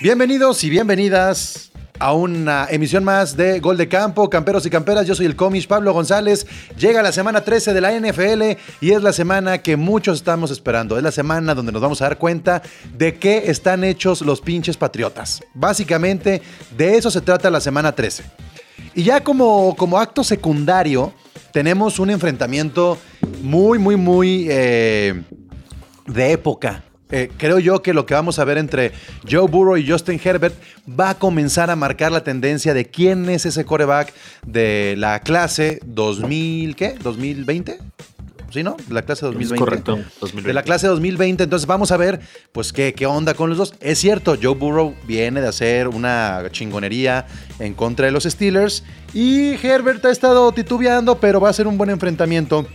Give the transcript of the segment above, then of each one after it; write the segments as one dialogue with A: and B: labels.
A: Bienvenidos y bienvenidas a una emisión más de Gol de Campo, Camperos y Camperas. Yo soy el comish Pablo González. Llega la semana 13 de la NFL y es la semana que muchos estamos esperando. Es la semana donde nos vamos a dar cuenta de qué están hechos los pinches patriotas. Básicamente, de eso se trata la semana 13. Y ya como, como acto secundario, tenemos un enfrentamiento muy, muy, muy eh, de época. Eh, creo yo que lo que vamos a ver entre Joe Burrow y Justin Herbert va a comenzar a marcar la tendencia de quién es ese coreback de la clase 2000, ¿qué? ¿2020? ¿Sí, no? La clase 2020.
B: Es correcto, 2020.
A: De la clase 2020. Entonces vamos a ver, pues, qué, qué onda con los dos. Es cierto, Joe Burrow viene de hacer una chingonería en contra de los Steelers. Y Herbert ha estado titubeando, pero va a ser un buen enfrentamiento.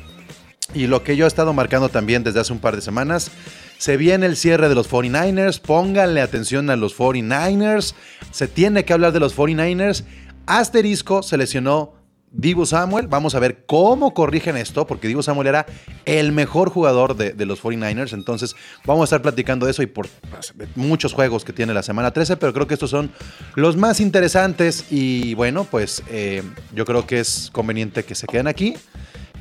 A: Y lo que yo he estado marcando también desde hace un par de semanas, se viene el cierre de los 49ers, pónganle atención a los 49ers, se tiene que hablar de los 49ers, asterisco se lesionó Divo Samuel, vamos a ver cómo corrigen esto, porque Divo Samuel era el mejor jugador de, de los 49ers, entonces vamos a estar platicando de eso y por muchos juegos que tiene la semana 13, pero creo que estos son los más interesantes y bueno, pues eh, yo creo que es conveniente que se queden aquí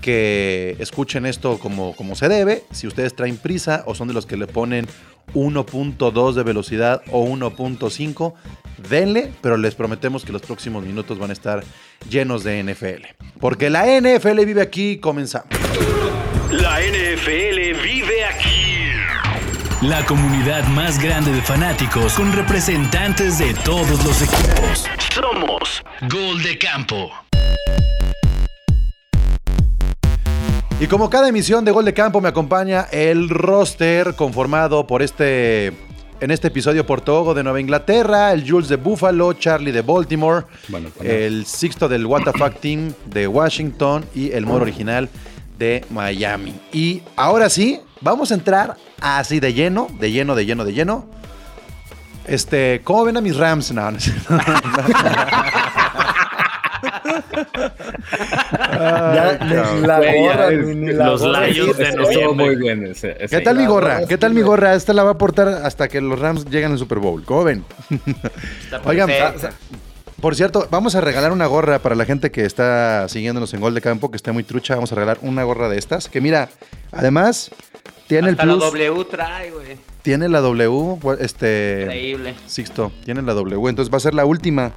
A: que escuchen esto como, como se debe. Si ustedes traen prisa o son de los que le ponen 1.2 de velocidad o 1.5, denle, pero les prometemos que los próximos minutos van a estar llenos de NFL. Porque la NFL vive aquí, comenzamos.
C: La NFL vive aquí.
D: La comunidad más grande de fanáticos con representantes de todos los equipos.
C: Somos
D: Gol de campo.
A: Y como cada emisión de Gol de Campo me acompaña el roster conformado por este en este episodio por Togo de Nueva Inglaterra, el Jules de Buffalo, Charlie de Baltimore,
B: Bueno, bueno.
A: el Sixto del WTF Team de Washington y el Moro original de Miami. Y ahora sí, vamos a entrar así de lleno, de lleno, de lleno, de lleno. Este, ¿cómo ven a mis Rams? No, no es cierto.
E: Ya les la
B: Güey, ya
E: gorra,
B: ves,
E: ni- ni la
B: los
E: gorra.
B: Lions de
E: Estuvo
B: noviembre.
E: muy bien ese- ese.
A: ¿Qué tal mi
E: La
A: gorra?
E: verdad
A: ¿Qué
E: es
A: tal
E: que
A: mi gorra? Esta la va a aportar hasta que los Rams lleguen al Super Bowl. ¿Cómo ven? Oigan,
F: perfecta.
A: ah, por cierto, vamos a regalar una gorra para la gente que está siguiéndonos en Gol de Campo, que está muy trucha. Vamos a regalar una gorra de estas. Que mira, además, tiene
F: Hasta
A: el
F: la
A: plus.
F: W trae, güey.
A: Tiene la W, pues, este.
F: Increíble.
A: Sixto, tiene la W. Entonces va a ser la última.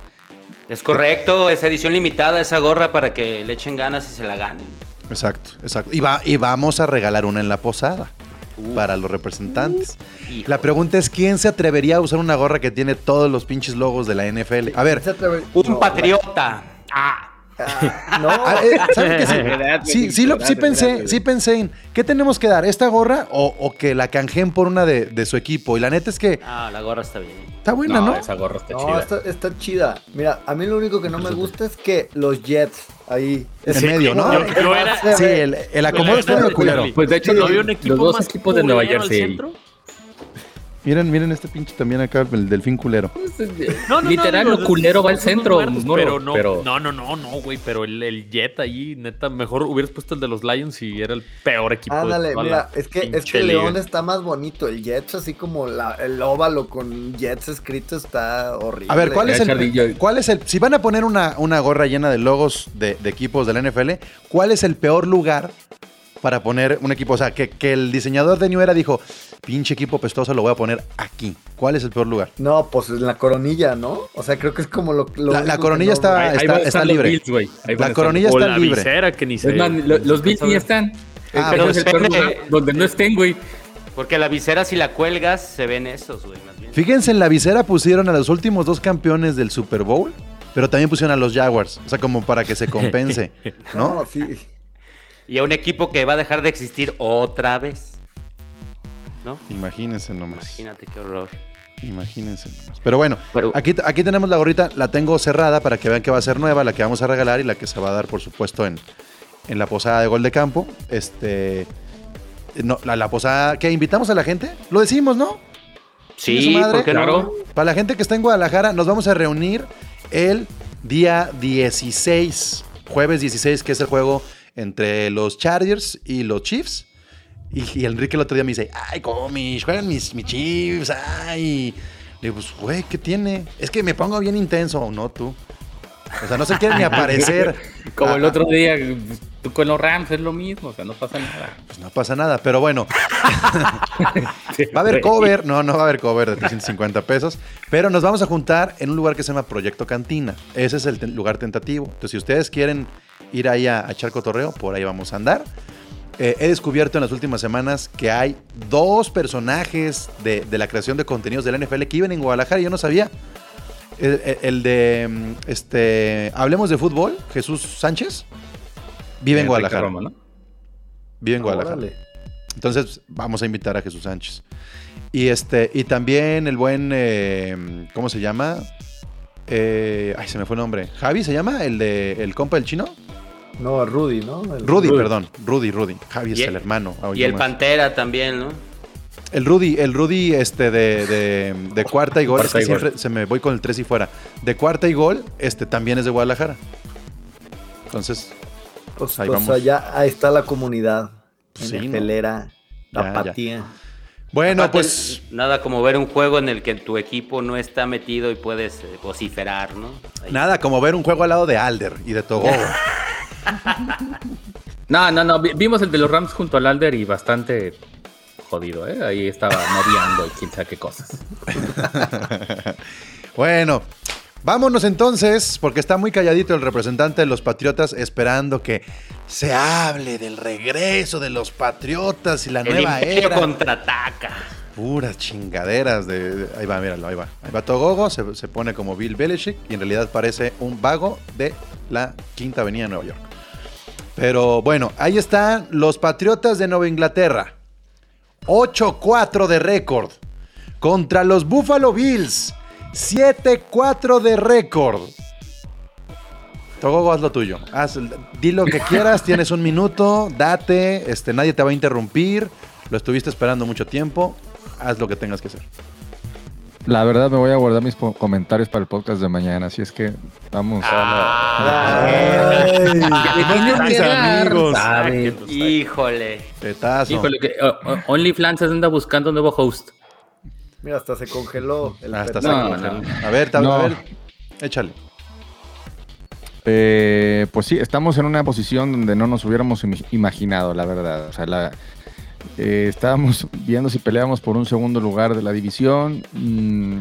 F: Es correcto, es edición limitada esa gorra para que le echen ganas y se la ganen.
A: Exacto, exacto. Y, va, y vamos a regalar una en la posada
F: Uh.
A: para los representantes.
F: Hijo.
A: La pregunta es: ¿quién se atrevería a usar una gorra que tiene todos los pinches logos de la NFL? A ver,
E: se atreve-
F: Un
E: No,
F: patriota. Ah,
E: No,
A: Ah, eh, ¿saben qué? Sí,
B: Espérate,
A: sí, sí, lo- sí
B: espérate,
A: pensé,
B: espérate.
A: sí pensé en ¿qué tenemos que dar? ¿Esta gorra o, o que la canjeen por una de, de su equipo? Y la neta es que
F: ah, la gorra está bien.
A: está buena, ¿no?
B: No, esa gorra está
E: no,
B: chida.
E: está, está chida. Mira, a mí lo único que no me gusta es que los Jets ahí.
A: En
E: Sí,
A: medio, ¿no?
B: yo- yo era-
E: se
A: Sí,
E: ve.
A: el, el acomodo
B: La
A: está
B: neta,
A: medio culero.
B: Pues de hecho,
E: Sí,
B: no había un equipo
E: los dos
B: más
E: equipo de Nueva
B: culero al
E: Jersey.
B: centro.
A: Miren, miren este pinche también acá, el delfín culero.
B: No, no, no,
G: Pues, Literal,
B: digo,
G: lo culero va al
B: son unos
G: centro,
B: muertos,
G: Moro,
B: pero no,
G: pero-
B: no, no, no, no, güey. Pero el, el Jet ahí, neta, mejor hubieras puesto el de los Lions y era el peor equipo. de
E: Ándale,
B: toda
E: mira,
B: la
E: es que, es
B: pinche
E: que León
B: liga.
E: está más bonito. El Jets, así como la- el óvalo con Jets escrito, está horrible.
A: A ver, ¿cuál es
G: Ya, Charlie,
A: el.
G: yo-
A: ¿Cuál es el. Si van a poner una, una gorra llena de logos de, de equipos de la NFL, ¿cuál es el peor lugar para poner un equipo? O sea, que, que el diseñador de New Era dijo, pinche equipo pestoso, lo voy a poner aquí. ¿Cuál es el peor lugar?
E: No, pues en la coronilla, ¿no? O sea, creo que es como lo. lo
A: La- la
E: único que
A: coronilla
E: no-
A: está-
G: Ahí- ahí
A: está,
G: van a
A: está
G: estar los
A: libre.
G: Bills, güey. Ahí van a
A: La
G: estar
A: coronilla
B: O
A: está
B: la
A: libre.
B: visera que ni se.
G: Es más, lo- los Bills ni están.
A: Ah,
G: Pero
A: bueno,
G: es el peor
F: depende.
G: lugar donde no estén, güey.
F: Porque la visera, si la cuelgas, se ven esos, güey, más bien.
A: Fíjense, en la visera pusieron a los últimos dos campeones del Super Bowl, pero también pusieron a los Jaguars. O sea, como para que se compense, ¿no?
E: No, sí.
F: Y a un equipo que va a dejar de existir otra vez. ¿No?
A: Imagínense nomás.
F: Imagínate qué horror.
A: Imagínense nomás. Pero bueno,
F: Pero-
A: aquí, aquí tenemos la gorrita. La tengo cerrada para que vean que va a ser nueva, la que vamos a regalar y la que se va a dar, por supuesto, en, en la posada de gol de campo. Este. No, la, la posada que invitamos a la gente. Lo decimos, ¿no? Chingue su
F: Sí,
A: madre.
F: ¿por qué no?
G: Claro.
A: Para la gente que está en Guadalajara, nos vamos a reunir el día 16, jueves 16, que es el juego entre los Chargers y los Chiefs. Y, y Enrique el otro día me dice, ay, comis, juegan mis, mis Chiefs, ay. Le digo, pues, güey, ¿qué tiene? Es que me pongo bien intenso, no tú. O sea, no se quiere ni aparecer.
G: Como el
A: Ah,
G: otro día, tú con los Rams es lo mismo, o sea, no pasa nada.
A: Pues no pasa nada, pero bueno. Va a haber cover, no, no va a haber cover de 350 pesos, pero nos vamos a juntar en un lugar que se llama Proyecto Cantina. Ese es el ten- lugar tentativo. Entonces, si ustedes quieren ir ahí a, a echar cotorreo, por ahí vamos a andar. Eh, he descubierto en las últimas semanas que hay dos personajes de, de la creación de contenidos de la NFL que iban en Guadalajara y yo no sabía. El, el- el de mm, este Hablemos de Fútbol, Jesús Sánchez, vive en
G: Enrique
A: Guadalajara.
G: Romo, ¿no?
A: Vive en Guadalajara.
E: Órale.
A: Entonces vamos a invitar a Jesús Sánchez. Y este, y también el buen eh, ¿cómo se llama? Eh, ay, se me fue el nombre. ¿Javi se llama? ¿El de el compa del chino?
E: No, Rudy, ¿no? El-
A: Rudy, perdón. Rudy, Rudy. Javi es
F: Y
A: el,
F: el-
A: hermano. Ah,
F: Y
A: yo
F: el
A: más.
F: Pantera también, ¿no?
A: El Rudy, el Rudy este de, de- de cuarta y gol.
G: Cuarta
A: es que
G: y gol.
A: siempre se me voy con el 3 y fuera. De cuarta y gol, este también es de Guadalajara. Entonces,
E: Pues,
A: Ahí
E: pues
A: vamos.
E: allá ahí está la comunidad.
A: Pues sí, ¿no?
E: pelera,
A: Ya, ya.
E: tapatía.
A: bueno,
F: Aparte,
A: pues.
F: Nada como ver un juego en el que tu equipo no está metido y puedes eh, vociferar, ¿no? Ahí.
A: Nada como ver un juego al lado de Alder y de Togo.
G: No, no, no. vi- Vimos el de los Rams junto al Alder y bastante jodido, ¿eh? Ahí estaba noviando y quién sabe qué cosas.
A: Bueno, vámonos entonces, porque está muy calladito el representante de los Patriotas esperando que se hable del regreso de los Patriotas y la
F: El
A: nueva
F: Imperio
A: era.
F: contraataca.
A: Puras chingaderas de, de- Ahí va, míralo, ahí va. Ahí va Togogo, se, se pone como Bill Belichick y en realidad parece un vago de la Quinta Avenida de Nueva York. Pero bueno, ahí están los Patriotas de Nueva Inglaterra. 8-4 de récord. Contra los Buffalo Bills. 7-4 de récord. Togogo, haz lo tuyo. Haz, di lo que quieras, tienes un minuto, date, este, nadie te va a interrumpir. Lo estuviste esperando mucho tiempo. Haz lo que tengas que hacer.
H: La verdad me voy a guardar mis po- comentarios para el podcast de mañana, así es que vamos.
G: Ah,
F: Ah,
B: Ah,
E: Ay,
G: Le
H: Pues
G: tienen que dar.
E: sabe.
G: pues,
F: Híjole.
A: Petazo.
G: Híjole, que oh, oh, OnlyFans anda buscando un nuevo host.
E: Mira, hasta se congeló. El
A: Hasta
E: petazo.
A: saco.
G: No, no.
A: A ver, tab-
H: No.
A: a ver. Échale.
H: Eh, pues sí, estamos en una posición donde no nos hubiéramos im- imaginado, la verdad. O sea, la- eh, estábamos viendo si peleábamos por un segundo lugar de la división. Mm,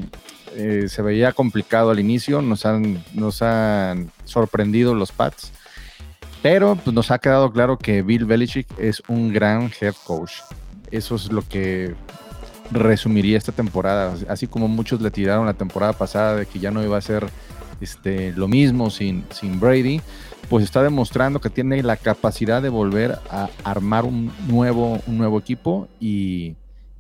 H: eh, se veía complicado al inicio, nos han, nos han sorprendido los Pats. Pero pues, nos ha quedado claro que Bill Belichick es un gran head coach. Eso es lo que resumiría esta temporada. Así como muchos le tiraron la temporada pasada de que ya no iba a ser este, lo mismo sin, sin Brady, pues está demostrando que tiene la capacidad de volver a armar un nuevo, un nuevo equipo y,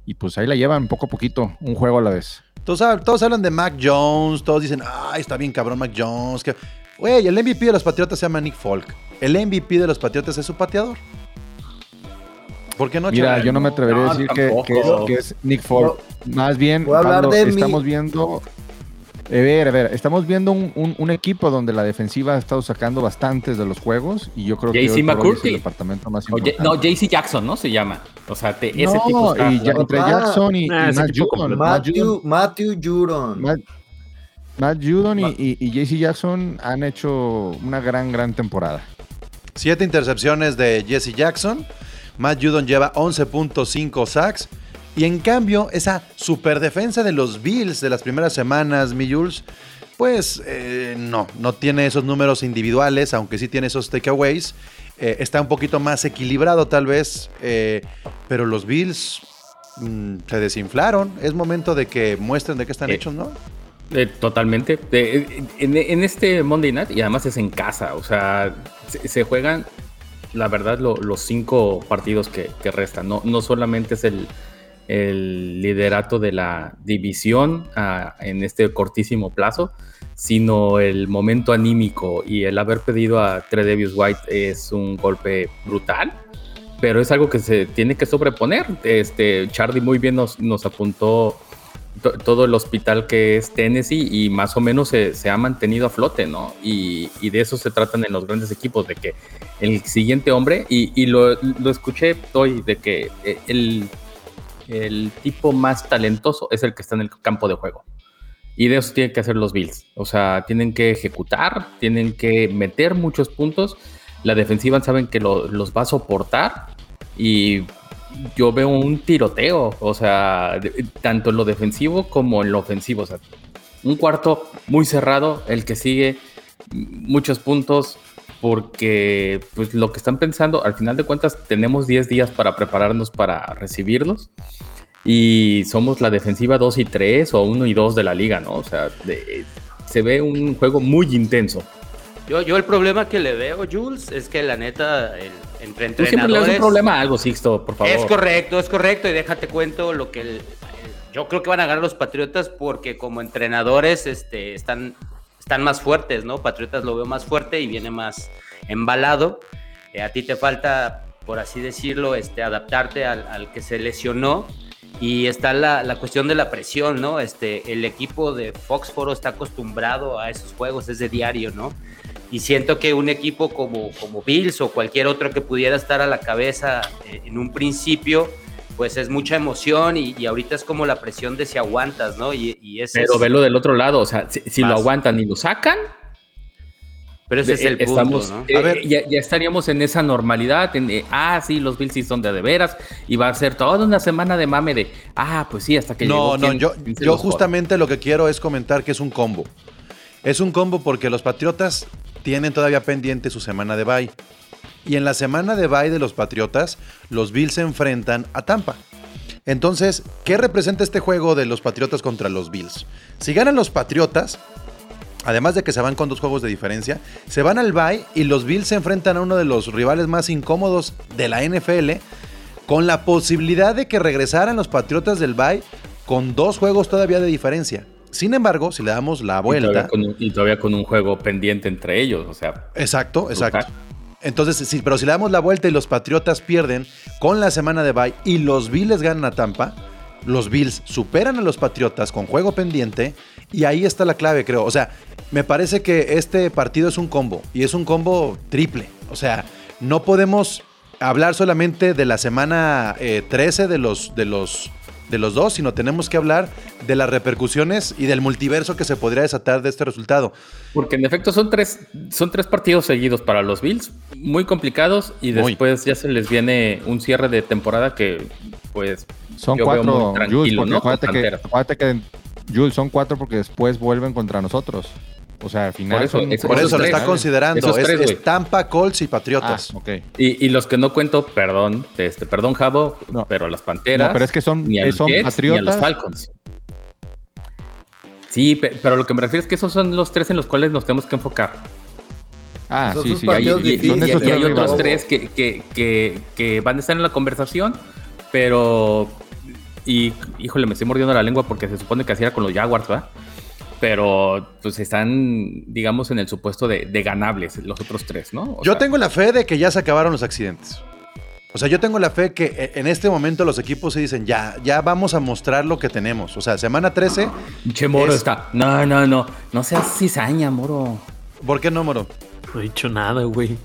H: y pues ahí la llevan poco a poquito, un juego a la vez.
A: Todos, hab- todos hablan de Mac Jones, todos dicen, ay, está bien cabrón Mac Jones. que-". Güey, el MVP de los Patriotas se llama Nick Folk. El MVP de los Patriotas es su pateador. ¿Por qué no,
H: Mira,
A: Chava?
H: yo no me atrevería
G: no,
H: a decir que, que es,
G: tampoco.
H: que es Nick Ford. Más bien,
E: voy a hablar
H: Pablo,
E: de mi-
H: estamos viendo... A ver, a ver, estamos viendo un, un- un equipo donde la defensiva ha estado sacando bastantes de los juegos y yo creo que
G: JC
H: hoy por hoy es
G: McCourty.
H: el departamento más
G: O Ye-
H: importante.
G: no, JC Jackson, ¿no? Se llama. O sea, te- ese
H: No,
G: tipo está
H: y ya-
G: jugando-
H: entre
E: Ah,
H: Jackson y,
B: ah,
H: y
B: ese
H: Matt
B: equipo
H: Judon.
B: completo.
H: Matt Judon-
E: Matthew, Matthew Judon.
H: Matt, Matt Judon y- y, y JC Jackson han hecho una gran, gran temporada.
A: Siete intercepciones de Jesse Jackson. Matt Judon lleva 11.5 sacks. Y en cambio, esa superdefensa de los Bills de las primeras semanas, mi Jules, pues eh, no, no tiene esos números individuales, aunque sí tiene esos takeaways. Eh, está un poquito más equilibrado tal vez, eh, pero los Bills mm, se desinflaron. Es momento de que muestren de qué están
G: Sí.
A: hechos, ¿no?
G: Eh, totalmente. Eh, eh, en, en este Monday Night, y además es en casa, o sea, se, se juegan, la verdad, lo- los cinco partidos que, que restan. No, no solamente es el, el liderato de la división ah, en este cortísimo plazo, sino el momento anímico y el haber pedido a Tredevius White es un golpe brutal. Pero es algo que se tiene que sobreponer. Este, Charlie muy bien nos, nos apuntó to- todo el hospital que es Tennessee y más o menos se, se ha mantenido a flote, ¿no? Y, y de eso se tratan en los grandes equipos, de que el siguiente hombre, y, y lo, lo escuché hoy, de que eh, el, el tipo más talentoso es el que está en el campo de juego. Y de eso tienen que hacer los Bills. O sea, tienen que ejecutar, tienen que meter muchos puntos. La defensiva saben que lo- los va a soportar. Y yo veo un tiroteo. O sea, de- tanto en lo defensivo como en lo ofensivo. O sea, un cuarto muy cerrado, el que sigue m- muchos puntos. Porque pues, lo que están pensando, al final de cuentas, tenemos 10 días para prepararnos para recibirlos y somos la defensiva 2 y 3 o 1 y 2 de la liga, ¿no? O sea, de- se ve un juego muy intenso.
F: Yo, yo el problema que le veo, Jules, es que la neta, el, entre
G: Tú siempre le das un
F: entrenadores...
G: problema a algo, Sixto, por favor.
F: Es correcto, es correcto. Y déjate cuento lo que el- el- yo creo que van a ganar los Patriotas porque como entrenadores este, están, están más fuertes, ¿no? Patriotas lo veo más fuerte y viene más embalado. Eh, a ti te falta, por así decirlo, este, adaptarte al, al que se lesionó. Y está la, la cuestión de la presión, ¿no? Este, el equipo de Foxforo está acostumbrado a esos juegos, es de diario, ¿no? y siento que un equipo como, como Bills o cualquier otro que pudiera estar a la cabeza eh, en un principio, pues es mucha emoción y, y ahorita es como la presión de si aguantas, ¿no? Y, y ese
G: Pero
F: es,
G: velo del otro lado, o sea, si, si lo
F: Más.
G: aguantan y lo sacan,
F: pero ese es el
G: eh,
F: punto,
G: estamos,
F: ¿no?
G: eh,
A: A ver.
G: ya, ya estaríamos en esa normalidad, en, eh, ah, sí, los Bills sí son de de veras, y va a ser toda una semana de mame de, ah, pues sí, hasta que
A: No,
G: llegó
A: no,
G: quien-
A: yo,
G: quien se
A: yo
G: los joda".
A: justamente lo que quiero es comentar que es un combo. Es un combo porque los Patriotas tienen todavía pendiente su semana de bye. Y en la semana de bye de los Patriotas, los Bills se enfrentan a Tampa. Entonces, ¿qué representa este juego de los Patriotas contra los Bills? Si ganan los Patriotas, además de que se van con dos juegos de diferencia, se van al bye y los Bills se enfrentan a uno de los rivales más incómodos de la NFL, con la posibilidad de que regresaran los Patriotas del bye con dos juegos todavía de diferencia. Sin embargo, si le damos la
G: Y todavía,
A: vuelta...
G: con, un- y todavía con un juego pendiente entre ellos, o sea,
A: Exacto, exacto.
G: Ajá.
A: Entonces, sí, pero si le damos la vuelta y los Patriotas pierden con la semana de bye y los Bills ganan a Tampa, los Bills superan a los Patriotas con juego pendiente y ahí está la clave, creo. O sea, me parece que este partido es un combo y es un combo triple. O sea, no podemos hablar solamente de la semana eh, 13 de los, de los de los dos, sino tenemos que hablar de las repercusiones y del multiverso que se podría desatar de este resultado.
G: Porque en efecto son tres, son tres partidos seguidos para los Bills, muy complicados, y
A: Muy.
G: después ya se les viene un cierre de temporada que, pues,
H: Son
G: yo veo
H: cuatro,
G: muy
H: Jules,
G: tranquilo,
H: porque
G: ¿no?
H: acuérdate,
G: Con
H: que,
G: Pantera.
H: acuérdate que, Jules, son cuatro porque después vuelven contra nosotros. O sea, al final
G: Por eso,
H: son
G: es-
A: Por
G: Esos
A: eso lo
G: tres,
A: está
G: ¿vale?
A: considerando.
G: Esos
A: Es,
G: tres,
A: es
G: güey.
A: Tampa, Colts y
H: Ah,
A: Patriotas.
H: ok.
G: Y, y los que no cuento, perdón, este, perdón, Javo,
H: No.
G: pero a las Panteras.
H: No, pero es que son- eh,
G: ni a los
H: son
G: Jets, Ni a los
H: Patriotas.
G: Falcons. Sí, pe- pero lo que me refiero es que esos son los tres en los cuales nos tenemos que enfocar.
H: Ah,
E: Son
H: sí,
E: sus
H: sí.
G: Y,
H: ahí-
E: partidos
G: y- y-
H: son
G: y-
H: de esos
G: y hay
H: rivales.
G: otros tres que, que- que- que van a estar en la conversación, pero. Y híjole, me estoy mordiendo la lengua porque se supone que así era con los Jaguars, ¿verdad? Pero pues están, digamos, en el supuesto de, de ganables los otros tres, ¿no? O
A: Yo
G: sea,
A: tengo la fe de que ya se acabaron los accidentes. O sea, yo tengo la fe que eh, en este momento los equipos se dicen, ya, ya vamos a mostrar lo que tenemos. O sea, semana 13,
G: Che Moro
A: es-
G: está. No, no, no. No seas cizaña, Moro.
A: ¿por qué no, Moro?
B: No he dicho nada, güey.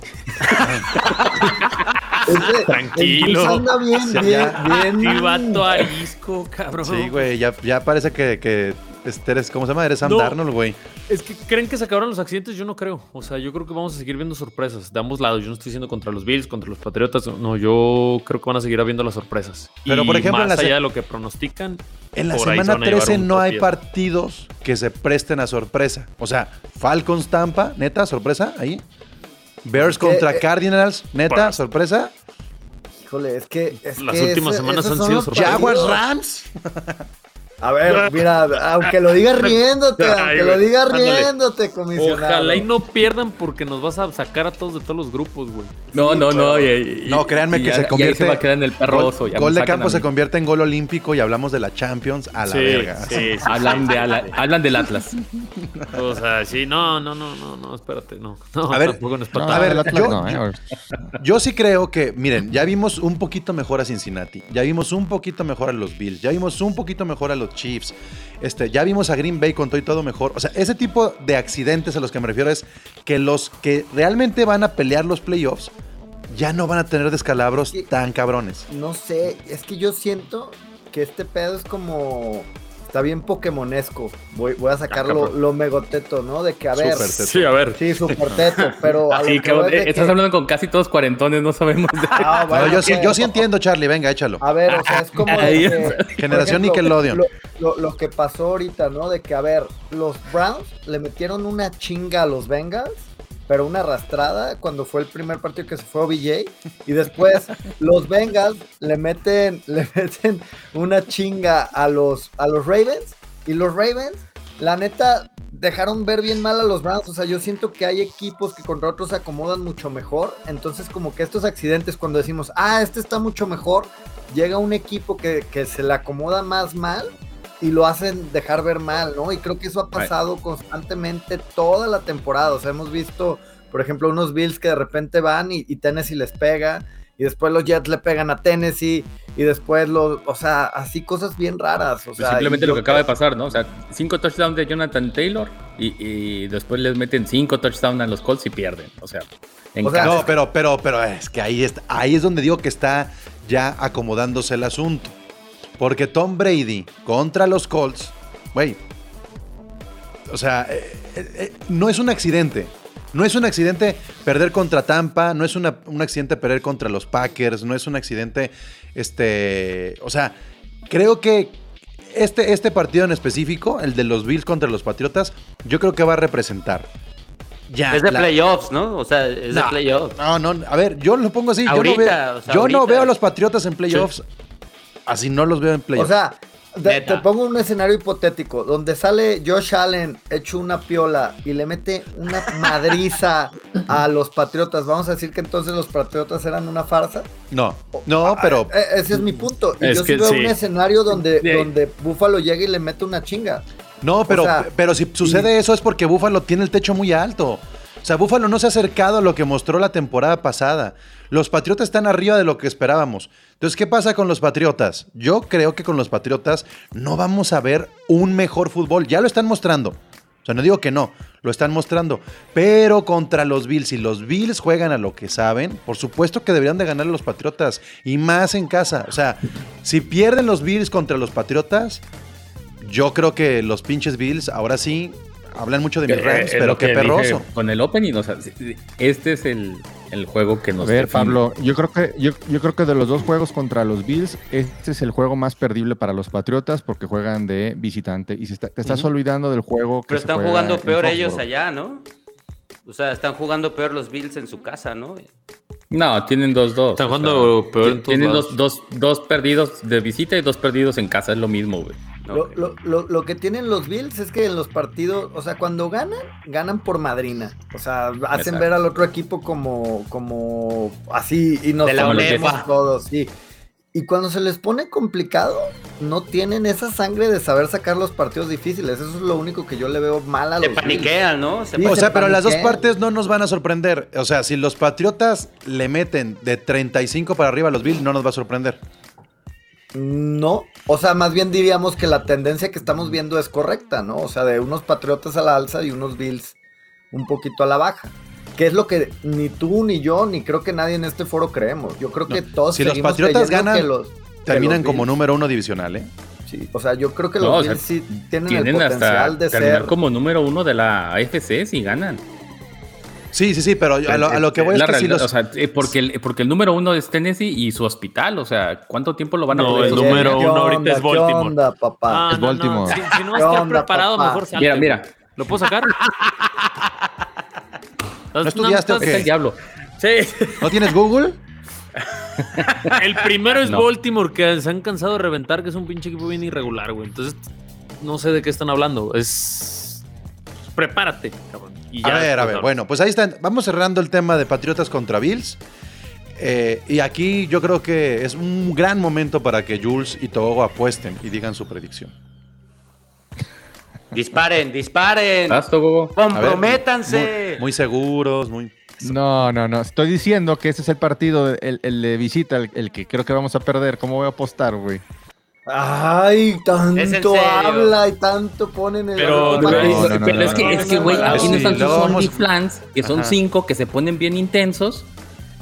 E: Ese- el
B: Tranquilo.
E: Cruz anda bien,
A: Sí, ya.
E: bien, bien.
B: Y vato arisco, cabrón.
A: Sí, güey, ya, ya parece que, que este eres, ¿cómo se llama? Eres Sam
B: No.
A: Darnold, güey.
B: Es que creen que se acabaron los accidentes, yo no creo. O sea, yo creo que vamos a seguir viendo sorpresas de ambos lados. Yo no estoy diciendo contra los Bills, contra los Patriotas. No, yo creo que van a seguir habiendo las sorpresas.
A: Pero,
B: Y
A: por ejemplo, en
B: más
A: la se-
B: allá de lo que pronostican,
A: En la
B: por ahí se
A: semana
B: van a llevar
A: 13
B: un
A: no hay
B: tropiezo.
A: partidos que se presten a sorpresa. O sea, Falcons Tampa, neta, sorpresa, ahí. Bears contra
E: eh,
A: Cardinals, neta, sorpresa.
E: Híjole, es que. es
B: Las
E: que
B: últimas semanas
E: esos
B: han
E: son
B: sido
E: los
B: sorpresas.
A: Jaguars
E: partidos.
A: Rams.
E: A ver, mira, aunque lo digas riéndote,
B: Ay,
E: aunque
B: güey,
E: lo digas
B: ándale.
E: riéndote, comisionado.
B: ojalá y no pierdan porque nos vas a sacar a todos de todos los grupos, güey.
G: No, no, no. y- y-
A: No, créanme
G: y
A: que
G: ya-
A: se
G: Y
A: convierte.
G: ahí se va a quedar en el perro
A: gol,
G: oso, ya me
A: gol de
G: sacan
A: campo
G: a
A: se
G: mí.
A: convierte en gol olímpico y hablamos de la Champions a la
B: Sí,
A: verga.
B: sí, sí,
G: Hablan, de, ala- hablan del Atlas.
B: sí. O sea, sí, no, no, no, no, no, espérate, no. No,
A: A ver,
B: tampoco no es
H: No,
A: A
B: patada.
A: ver,
H: el Atlas
A: yo-
H: no, ¿eh?
A: Yo sí creo que, miren, ya vimos un poquito mejor a Cincinnati, ya vimos un poquito mejor a los Bills, ya vimos un poquito mejor a los Chiefs, este, ya vimos a Green Bay con todo y todo mejor. O sea, ese tipo de accidentes a los que me refiero es que los que realmente van a pelear los playoffs ya no van a tener descalabros
E: Sí.
A: tan cabrones.
E: No sé, es que yo siento que este pedo es como Está bien Pokémonesco. Voy, voy a sacar lo,
A: Ah, cabrón.
E: lo megoteto, ¿no? De que a ver.
A: Súper Ah, teto.
B: Sí, a ver.
E: Sí, super teto, pero. a lo
G: Así
E: que
G: que,
E: voy es de
G: eh, estás
E: que-
G: hablando con casi todos cuarentones, no sabemos. de-
E: Ah,
A: No,
E: bueno,
A: yo, sí,
E: pues,
A: yo sí entiendo, Charlie. Venga, échalo.
E: A ver, o sea, es como. de
G: Ahí
E: que,
A: Generación
E: por
A: Nickelodeon.
E: Lo, lo- lo que pasó ahorita, ¿no? De que, a ver, los Browns le metieron una chinga a los Bengals, pero una arrastrada cuando fue el primer partido que se fue OBJ. Y después los Bengals le meten, le meten una chinga a los, a los Ravens. Y los Ravens, la neta, dejaron ver bien mal a los Browns. O sea, yo siento que hay equipos que contra otros se acomodan mucho mejor. Entonces, como que estos accidentes, cuando decimos, ah, este está mucho mejor, llega un equipo que, que se le acomoda más mal y lo hacen dejar ver mal, ¿no? Y creo que eso ha pasado constantemente toda la temporada. O sea, hemos visto, por ejemplo, unos Bills que de repente van y, y Tennessee les pega. Y después los Jets le pegan a Tennessee. Y después los. O sea, así cosas bien raras. O sea,
G: Pues simplemente
E: y
G: lo
E: yo
G: que acaba de pasar, ¿no? O sea, cinco touchdowns de Jonathan Taylor y, y después les meten cinco touchdowns a los Colts y pierden. O sea, en
E: O sea,
G: casa.
A: No, pero, pero, pero es que ahí, está, ahí es donde digo que está ya acomodándose el asunto. Porque Tom Brady contra los Colts, güey, o sea, eh, eh, eh, no es un accidente. No es un accidente perder contra Tampa, no es una- un accidente perder contra los Packers, no es un accidente, este, o sea, creo que este, este partido en específico, el de los Bills contra los Patriotas, yo creo que va a representar. Ya,
F: Es de
A: la-
F: playoffs, ¿no? O sea, es
A: No.
F: de playoffs.
A: no, no, a ver, yo lo pongo así. yo no
F: Ahorita,
A: veo,
F: o sea,
A: yo no
F: ahorita.
A: veo a los Patriotas en playoffs. Así no los veo en
E: O
A: playoffs.
E: sea, de-
F: Neta.
E: te pongo un escenario hipotético donde sale Josh Allen hecho una piola y le mete una madriza a los Patriotas. Vamos a decir que entonces los Patriotas eran una farsa.
A: no, no, pero
E: Eh, ese es mi punto. Y
B: Es
E: yo sí
B: que
E: veo
B: sí.
E: un escenario donde,
G: De-
E: donde Buffalo llega y le mete una chinga.
A: no, pero,
E: eh, o sea,
A: pero si sucede eso es porque Búfalo tiene el techo muy alto. O sea, Búfalo no se ha acercado a lo que mostró la temporada pasada. Los Patriotas están arriba de lo que esperábamos. Entonces, ¿qué pasa con los Patriotas? Yo creo que con los Patriotas no vamos a ver un mejor fútbol. Ya lo están mostrando. O sea, no digo que no, lo están mostrando. Pero contra los Bills, si los Bills juegan a lo que saben, por supuesto que deberían de ganar a los Patriotas. Y más en casa. O sea, si pierden los Bills contra los Patriotas, yo creo que los pinches Bills, ahora sí, hablan mucho de
G: Que,
A: mis Rams,
G: eh, es
A: pero
G: lo
A: qué
G: que dije
A: perroso.
G: Con el opening, o sea, si- si- este es el, el juego que
H: A
G: nos.
H: ver,
G: define.
H: Pablo, yo creo que yo, yo creo que de los dos juegos contra los Bills, este es el juego más perdible para los Patriotas porque juegan de visitante y se está- te estás olvidando del juego que
F: Pero
H: se
F: están
H: juega
F: jugando
H: en
F: peor ellos
H: Foxborough.
F: allá, ¿no? O sea, están jugando peor los Bills en su casa, ¿no?
G: No, tienen dos, dos.
B: Están jugando peor en todos
G: Tienen dos,
B: lados.
G: dos, dos perdidos de visita y dos perdidos en casa, es lo mismo, güey.
E: Lo, lo- lo- lo que tienen los Bills es que en los partidos, o sea, cuando ganan, ganan por madrina. O sea, hacen
G: Exacto.
E: ver al otro equipo como, como así y nos
F: De la
E: ponemos
F: UEFA.
E: todos. sí. Y cuando se les pone complicado, no tienen esa sangre de saber sacar los partidos difíciles. Eso es lo único que yo le veo mal a
F: Se
E: los Bills.
F: paniquean, ¿no? Se
A: O
E: Sí,
F: paniquean.
A: sea, pero las dos
E: paniquean.
A: partes no nos van a sorprender. O sea, si los Patriotas le meten de 35 para arriba a los Bills, no nos va a sorprender.
E: No, o sea, más bien diríamos que la tendencia que estamos viendo es correcta, ¿no? O sea, de unos patriotas a la alza y unos Bills un poquito a la baja. Que es lo que ni tú, ni yo, ni creo que nadie en este foro creemos. Yo creo que todos
A: Si los
E: seguimos
A: Patriotas
E: creyendo
A: ganan,
E: que los-
A: Terminan
E: que los
A: como
E: Bills-
A: número uno divisional, ¿eh?
E: sí, o sea, yo creo que los
G: No, o sea,
E: Bills sí tienen, el
G: Tienen hasta
E: potencial de
G: terminar
E: ser.
G: como número uno de la AFC si ganan.
A: Sí, sí, sí, pero yo- a lo, a lo que voy Pues es
G: La
A: que si
G: realidad,
A: los...
G: o sea, eh, porque, el, porque el número uno es Tennessee y su hospital, o sea, ¿cuánto tiempo lo van a
B: No,
G: poder
B: el
G: sostener?
B: número
E: ¿Qué
B: uno ahorita es
E: ¿Qué
B: Baltimore.
E: onda, papá?
B: Ah,
H: es
B: no, no,
H: Baltimore.
B: Si, si no vas
E: ¿Qué
B: a estar
E: onda,
B: preparado,
E: papá?
B: mejor salte.
G: Mira,
B: güey.
G: mira,
B: ¿Lo puedo sacar? ¿No
A: estudiaste o
G: es el
A: qué?
G: diablo.
B: Sí.
A: ¿No tienes Google?
B: El primero es
G: No.
B: Baltimore, que se han cansado de reventar, que es un pinche equipo bien irregular, güey. Entonces, no sé de qué están hablando. Es. Prepárate, cabrón. Y
A: A
B: ya
A: ver, a
B: después
A: ver,
B: hablas.
A: bueno, pues ahí están. Vamos cerrando el tema de Patriotas contra Bills. Eh, y aquí yo creo que es un gran momento para que Jules y Togo apuesten y digan su predicción.
F: Disparen, disparen.
G: Basta, Gogo.
A: A ver,
F: Comprométanse.
A: Muy, muy seguros, muy...
H: No, no, no. Estoy diciendo que ese es el partido, el, el de visita, el, el que creo que vamos a perder. ¿Cómo voy a apostar, güey?
E: Ay, tanto
F: serio.
E: habla y tanto ponen el.
B: Pero,
E: Patriotas.
B: güey,
H: No, no, no,
G: Pero
H: no,
G: es que,
H: no,
G: es que, güey,
A: no,
G: aquí no
A: no,
G: están
A: sí,
G: sus
A: luego vamos-
G: OnlyFans, que son
A: Ajá.
G: cinco, que se ponen bien intensos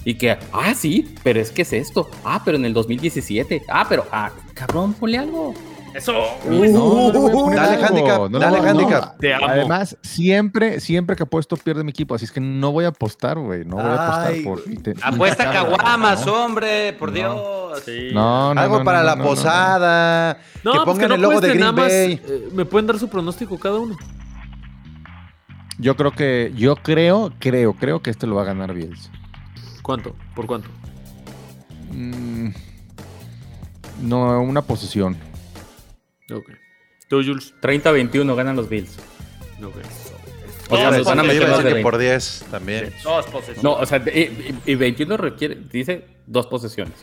G: y que, ah, sí, pero es que es esto. Ah, pero en el 2017. Ah, pero, ah, cabrón, ponle algo.
B: Eso.
H: No, no le voy a poner
A: Dale
H: algo,
A: handicap,
H: no le
A: dale
H: voy a- no.
A: handicap.
B: Te amo.
H: Además, siempre, siempre que apuesto pierde mi equipo, así es que no voy a apostar, güey. No voy a apostar
E: Ay,
H: por.
E: güey.
H: y te-
F: Apuesta
H: No,
F: caguamas,
H: no.
F: hombre, por Dios.
B: Sí.
H: No, no.
A: Algo
H: no,
A: para
H: no,
A: la
H: no, no, no.
A: posada.
B: No,
A: que
B: pues
A: pongan
B: no
A: el logo de
B: cueste,
A: Green
B: nada más,
A: Bay.
B: eh, ¿Me pueden dar su pronóstico cada uno?
H: Yo creo que, yo creo, creo, creo que este lo va a ganar Bills.
B: ¿Cuánto? ¿Por cuánto?
H: Mm, no, una posición.
B: Ok. Tú, Jules.
G: 30-21 ganan los Bills.
B: Ok.
G: O sea,
F: Dos
G: nos van a
A: Yo iba
G: meter
A: a
G: más
A: decir
G: de
A: que
G: 20.
A: por 10 también.
F: Dos posesiones.
G: No, o sea, de- y, y- y 21 requiere, dice dos posesiones.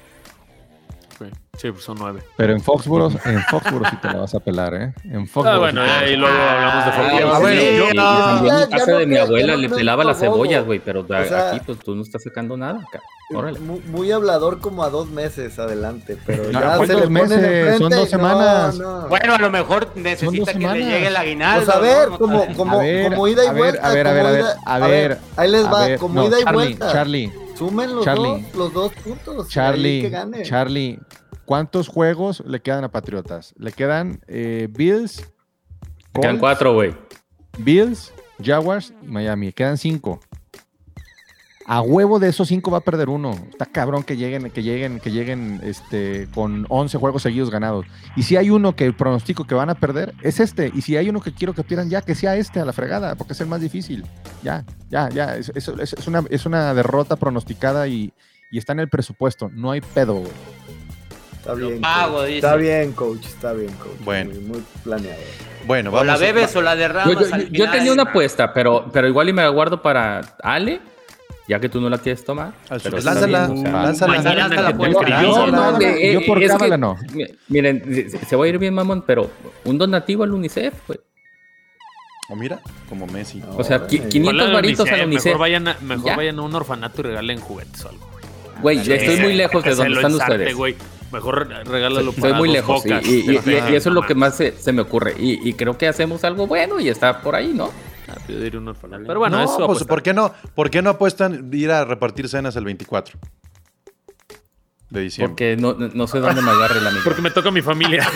B: ok. Sí, pues son nueve.
H: Pero en Foxboro, en Foxboro sí te la vas a pelar, ¿eh? En Foxboro.
B: Ah, bueno,
H: sí te la
B: ahí
H: vas a
B: luego hablamos de
F: Ah,
B: fútbol.
F: a
G: sí,
F: ver,
G: sí,
F: yo
G: sí,
F: no.
G: también
E: ah, Ya-
G: en
E: ya
G: casa
E: no
G: de mi
E: creo-
G: abuela
E: ya no
G: le
E: creo
G: pelaba las
E: todo.
G: cebollas, güey, pero da-
E: O sea-
G: aquí pues tú no estás sacando nada, ca- Órale.
E: Mu- Muy, hablador como a dos meses adelante, pero
H: No,
E: ya
H: ¿cuántos
E: se le ponen
H: meses?
E: enfrente
H: Son dos
E: y
H: semanas.
E: No, no.
F: Bueno, a lo mejor
H: Son dos
F: necesita que le
H: semanas.
F: llegue el aguinaldo.
E: Pues a ver,
F: ¿no? No
E: como,
F: sabe.
E: como,
H: A ver,
E: como ida y
H: a ver,
E: vuelta.
H: a ver, a
E: como
H: ver, a
E: ida-
H: ver, a ver,
E: Ahí les
H: a
E: va,
H: ver,
E: como
H: no,
E: ida y
H: Charlie,
E: vuelta.
H: Charlie,
E: Sumen los,
H: Charlie.
E: dos, los dos puntos. y ahí que
H: Charlie,
E: gane.
H: Charlie, ¿cuántos juegos le quedan a Patriotas? Le quedan eh, Bills,
G: Te Quedan
H: Colts,
G: cuatro, güey.
H: Bills, Jaguars y Miami. Quedan cinco. A huevo de esos cinco va a perder uno. Está cabrón que lleguen, que lleguen, que lleguen este, con 11 juegos seguidos ganados. Y si hay uno que pronostico que van a perder, es este. Y si hay uno que quiero que pierdan ya, que sea este a la fregada, porque es el más difícil. Ya, ya, ya. Es, es- es- es una, es una derrota pronosticada y, y está en el presupuesto. No hay pedo, güey.
E: Está
F: Lo
E: bien,
F: pago,
E: coach.
F: dice.
E: Está bien, coach. Está bien, coach.
A: Bueno.
E: Muy, muy planeado.
A: Bueno,
F: O
A: vamos.
F: la
A: a-
F: bebes o la
G: Yo,
F: derramas.
G: yo-
F: al
G: yo
F: final.
G: tenía una apuesta, pero, pero igual y me la guardo para Ale, ya que tú no la quieres tomar.
A: Al-
G: pero
A: pues
G: está
A: lánzala,
G: bien,
A: lánzala.
F: Mañana hasta la
B: Mañana
F: puerta.
B: que te
H: No,
G: No,
B: escribió.
H: no,
G: no,
H: no,
G: eh,
H: yo por
G: es que-
H: cábala no.
G: mi- Miren, se, se va a ir bien mamón, pero un donativo al UNICEF, güey.
A: O mira, como Messi.
G: O sea, qui-
E: Ay,
G: 500 varitos al UNICEF.
B: Mejor vayan, a, mejor
G: Ya.
B: vayan a un orfanato y regalen juguetes o algo. güey.
G: Güey, estoy muy lejos
B: Que
G: de
B: se
G: donde
B: lo
G: están
B: ensarte,
G: ustedes.
B: güey. Mejor re- regálalo para
G: Estoy muy
B: dos
G: lejos. y-
B: bocas.
G: y, y-
B: Te
G: y- y eso es lo que
B: mamás.
G: más se, se me ocurre. Y, y creo que hacemos algo bueno y está por ahí, ¿no?
B: Ah, yo diría un orfanato. Pero bueno,
A: no,
B: eso eh.
A: pues,
B: apuesta.
A: ¿por qué no? ¿Por qué no apuestan ir a repartir cenas el 24 de diciembre?
G: Porque no, no- no sé dónde me agarre la mitad.
B: Porque me toca mi familia.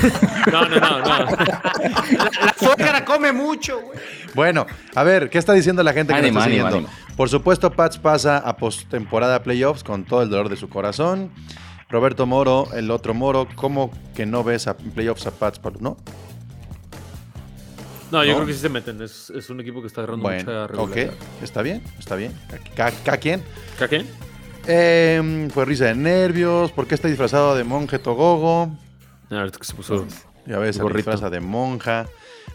B: No, no, no, no.
F: La zócara come mucho, güey.
A: Bueno, a ver, ¿qué está diciendo la gente que
G: Ánimo,
A: nos está
G: ánimo,
A: siguiendo? Por supuesto, Pats pasa a postemporada playoffs con todo el dolor de su corazón. Roberto Moro, el otro Moro, ¿cómo que no ves a playoffs a Pats? Pablo? ¿No?
B: No, yo
A: ¿No?
B: creo que sí se meten. Es, es un equipo que está agarrando mucha
A: Bueno, ok,
B: regularidad.
A: está bien, está bien. ¿Ca, ca- ca- quién?
B: ¿A qué?
A: Eh, pues risa de nervios, ¿por qué está disfrazado de monje Togogo?
B: Ah, Ahorita que se puso.
A: Ya ves, se
B: Gorrito.
A: disfraza de monja.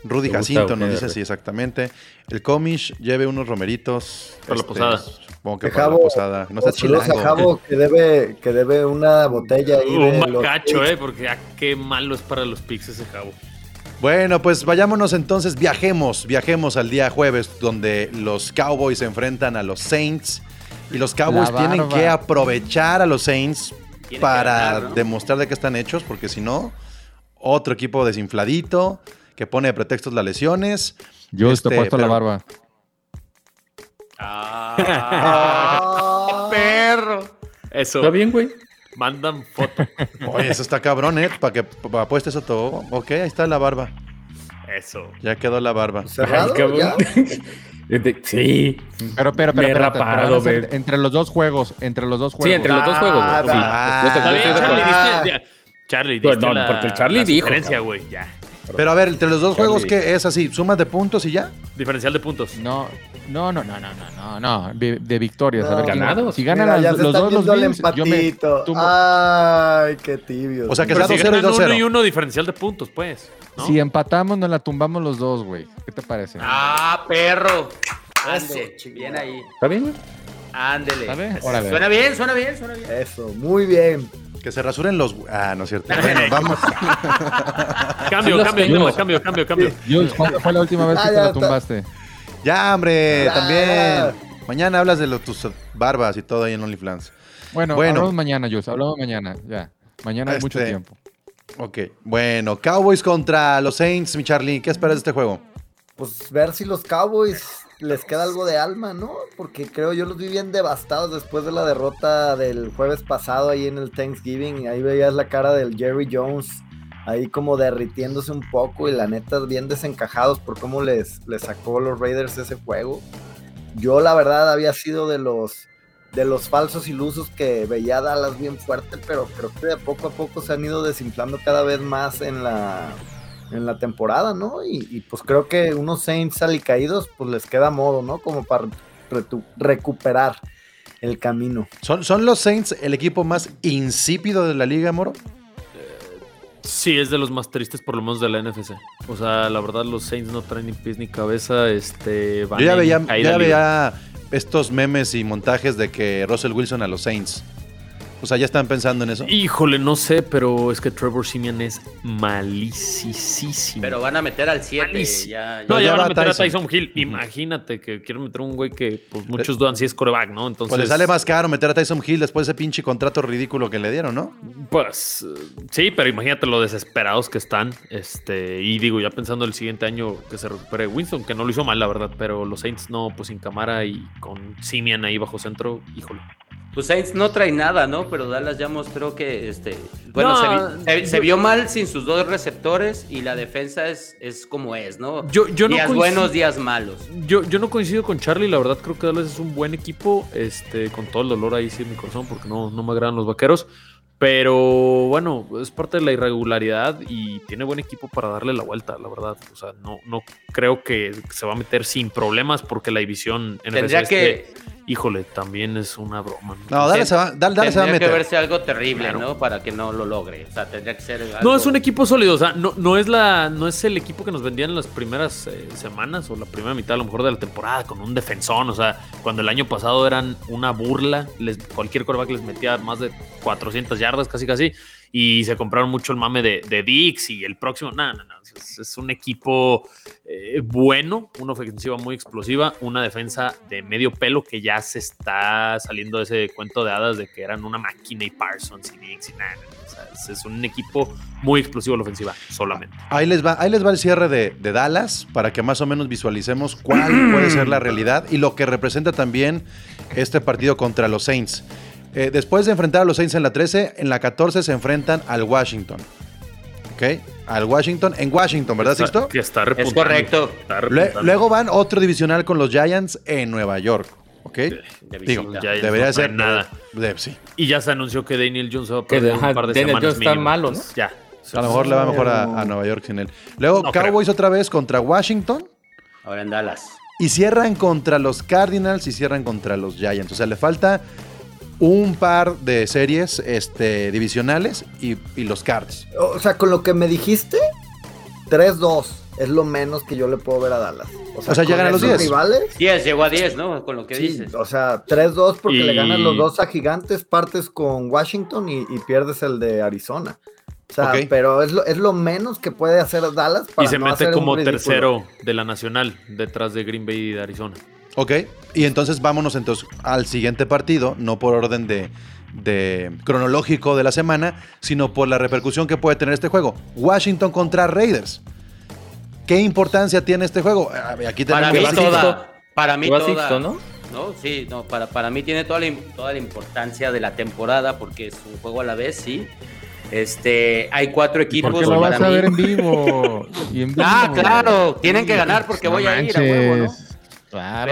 A: Rudy
G: Me gusta,
A: Jacinto nos
G: Eugenio
A: dice
G: Derbez.
A: así exactamente. El comish lleve unos romeritos. este,
B: Para la posada.
A: Supongo que para la
E: Jabo-
A: posada. No está
E: Saludos a
A: chilango.
E: Javo, que debe, que debe una botella ahí.
B: Un
E: de los-
B: macacho, ¿eh? Porque ah, qué malo es para los pics ese jabo.
A: Bueno, pues vayámonos entonces, viajemos, viajemos al día jueves, donde los Cowboys se enfrentan a los Saints. Y los Cowboys
H: La
A: tienen
H: barba.
A: que aprovechar a los Saints
F: Tienen que
A: para
F: ganar, ¿no?
A: demostrar de qué están hechos, porque si no, otro equipo desinfladito que pone de pretextos las lesiones.
H: Yo
A: Este,
H: te puesto la
A: pero-
H: barba.
E: Ah,
F: Perro.
B: Eso.
G: ¿Está bien, güey?
B: Mandan foto.
A: Oye, eso está cabrón, ¿eh? Para que pa- apuestes a todo. Ok, ahí está la barba.
B: Eso.
A: Ya quedó la barba.
E: ¿Cerrado?
G: Ay, cabrón.
E: ¿Ya?
G: Este, sí.
H: Pero, pero, pero,
G: Me he
H: pero, pero,
G: rapado,
H: van a ser
G: güey.
H: entre los dos juegos, entre los dos juegos.
G: Sí, entre los dos
E: Ah,
G: juegos. güey. Sí.
E: ah,
G: Yo te-
B: Está
G: yo
B: bien,
G: estoy de
B: Charlie,
G: acuerdo.
E: Ah.
B: diste- ya, Charlie,
G: No,
B: diste
G: no,
B: la-
G: porque el Charlie
B: la
G: dijo,
B: Diferencia,
G: cabrón.
B: güey, ya.
A: Pero a ver, entre los dos juegos, que es así? ¿Suma de puntos y ya?
B: Diferencial de puntos.
H: No, no, no, no, no, no, no, no, de, de victorias. a
E: No.
H: ver, quién-
G: Ganados.
H: Si
E: Mira,
H: ganan
E: ya
H: los,
E: se
H: los
E: está
H: dos los
E: viendo el
H: Bills, yo me
E: empatito. Ah.
H: tumbo.
E: Ay, qué tibio.
A: O sea, que
B: Pero
A: sea
B: si
A: 2-0 y
B: ganan uno
A: 2-0.
B: y uno, diferencial de puntos, pues. ¿no?
H: Si empatamos, nos la tumbamos los dos, güey. ¿Qué te parece?
F: Ah, perro.
E: Eso,
F: Ande,
E: chingada.
F: bien ahí.
G: ¿Está bien, güey?
H: ¿Está bien?
F: Ándele.
H: Órale.
F: Suena bien, suena bien, suena bien.
E: Eso, muy bien.
A: Que se rasuren los... Ah, no es cierto. Bueno, vamos.
B: Cambio,
G: Sí, los
B: cambio,
G: tenemos.
B: cambio, cambio, cambio.
H: Jules, ¿cuándo fue la última vez
E: Ah,
H: que te
E: ya
H: la
E: está.
H: tumbaste?
A: Ya, hombre,
E: Ah.
A: también. Mañana hablas de lo- tus barbas y todo ahí en OnlyFans.
H: Bueno,
A: Bueno.
H: hablamos mañana, Jules. Hablamos mañana, ya. Mañana hay mucho
A: Este,
H: tiempo.
A: Ok, bueno, Cowboys contra los Saints, mi Charlie. ¿Qué esperas de este juego?
E: Pues ver si los Cowboys les queda algo de alma, ¿no? Porque creo yo los vi bien devastados después de la derrota del jueves pasado ahí en el Thanksgiving. Ahí veías la cara del Jerry Jones ahí como derritiéndose un poco y la neta bien desencajados por cómo les, les sacó los Raiders ese juego. Yo la verdad había sido de los de los falsos ilusos que veía a Dallas bien fuerte, pero creo que de poco a poco se han ido desinflando cada vez más en la en la temporada, ¿no? Y, y, pues creo que unos Saints alicaídos pues les queda modo, ¿no? Como para retu- recuperar el camino.
A: ¿Son, ¿Son los Saints el equipo más insípido de la liga, Moro?
B: Sí, es de los más tristes, por lo menos de la NFC. O sea, la verdad, los Saints no traen ni pies ni cabeza. Este, van
A: Yo ya
B: en
A: veía, yo
B: caída
A: ya
B: libre.
A: veía estos memes y montajes de que Russell Wilson a los Saints. O sea, ya están pensando en eso.
B: Híjole, no sé, pero es que Trevor Simeon es malísimo.
F: Pero van a meter al 7.
B: Malísimo.
F: Ya, ya-
B: no, ya
A: ya
B: van a
A: va
B: meter
A: Tyson. Eh.
B: a Tyson Hill. Imagínate que quieren meter un güey que pues, muchos dudan si es coreback, ¿no? Entonces,
A: Pues le sale más caro meter a Tyson Hill después de ese pinche contrato ridículo que le dieron, ¿no?
B: Pues eh, sí, pero imagínate lo desesperados que están. Este, y digo, ya pensando el siguiente año que se recupere Winston, que no lo hizo mal, la verdad, pero los Saints no, pues sin cámara y con Simian ahí bajo centro, híjole.
F: Pues Saints no trae nada, ¿no? Pero Dallas ya mostró que este. Bueno,
B: No,
F: se vi- se,
B: yo-
F: se vio mal sin sus dos receptores y la defensa es, es como es, ¿no?
B: Yo- yo no
F: días
B: coincido-
F: buenos, días malos.
B: Yo, yo no coincido con Charlie, la verdad creo que Dallas es un buen equipo, este, con todo el dolor ahí sí en mi corazón, porque no, no me agradan los vaqueros. Pero bueno, es parte de la irregularidad y tiene buen equipo para darle la vuelta, la verdad. O sea, no, no creo que se va a meter sin problemas porque la división en
F: Tendría que,
B: híjole, también es una broma. No,
A: No, dale, se va, Dal- Dallas se va a
F: tendría
A: meter.
F: que verse algo terrible, ¿no? Para que no lo logre. O sea, tendría que ser. Algo...
B: No, es un equipo sólido, o sea, no, no, es, la, no es el equipo que nos vendían en las primeras eh, semanas o la primera mitad a lo mejor de la temporada con un defensón, o sea, cuando el año pasado eran una burla, les, cualquier coreback les metía más de 400 yardas casi casi y se compraron mucho el mame de, de Dix y el próximo, no, no, no, es, es un equipo eh, bueno, una ofensiva muy explosiva, una defensa de medio pelo que ya se está saliendo de ese cuento de hadas de que eran una máquina y Parsons y Dix y nada. O sea, es- es un equipo muy explosivo a la ofensiva, solamente.
A: Ahí les va, ahí les va el cierre de, de Dallas para que más o menos visualicemos cuál puede ser la realidad y lo que representa también este partido contra los Saints. Eh, después de enfrentar a los Saints en la 13, en la 14 se enfrentan al Washington. ¿Ok? Al Washington, en Washington, ¿verdad, Sixto?
B: Que está
F: Es
B: repuntando,
F: correcto.
B: está
A: Lue-
B: repuntando.
A: luego van otro divisional con los Giants en Nueva York. ¿Ok?
F: de
A: Digo,
F: visita.
B: Giants
A: debería
B: no
A: ser
B: traen nada.
A: de- sí.
B: Y ya se anunció que Daniel Jones va a
G: Que
B: perder
G: ajá,
B: un par de
G: Daniel
B: semanas
G: Jones está
B: mínimo.
G: malo, ¿no?
B: Entonces, Ya.
A: A lo mejor le va mejor a, a Nueva York sin él. Luego
B: No creo.
A: Cowboys otra vez contra Washington.
F: Ahora en Dallas.
A: Y cierran contra los Cardinals y cierran contra los Giants. O sea, le falta un par de series este, divisionales y, y los Cards.
E: O sea, con lo que me dijiste, 3-2 es lo menos que yo le puedo ver a Dallas.
A: O sea, ya
E: con
A: ganan los
E: esos
A: 10.
E: rivales.
F: 10, llegó a 10, ¿no? Con lo que
E: sí,
F: dices.
E: o sea, 3-2 porque le
B: Y-
E: ganan los dos a Gigantes, partes con Washington y, y pierdes el de Arizona. O sea,
A: Ok.
E: pero es lo, es lo menos que puede hacer Dallas para
B: Y se
E: no hacer
B: mete
E: un
B: como
E: ridículo.
B: tercero de la nacional, detrás de Green Bay y de Arizona.
A: Ok. Y entonces vámonos entonces al siguiente partido, no por orden de, de cronológico de la semana, sino por la repercusión que puede tener este juego. Washington contra Raiders. ¿Qué importancia tiene este juego? Ah, Aquí
F: Para
A: tenemos
F: mí
A: la-
G: Sixto.
F: toda. Para mí
G: Que va
F: toda.
G: sexto, ¿no?
F: ¿no? Sí, no, para, para mí tiene toda la, im- toda la importancia de la temporada porque es un juego a la vez, sí. Este, hay cuatro equipos.
H: Porque lo
F: para
H: vas a
F: mí.
H: ver en vivo. y en
F: Ah,
H: vivo.
F: claro, tienen que ganar porque
H: No
F: voy a ir a huevo, ¿no?
H: manches. Claro.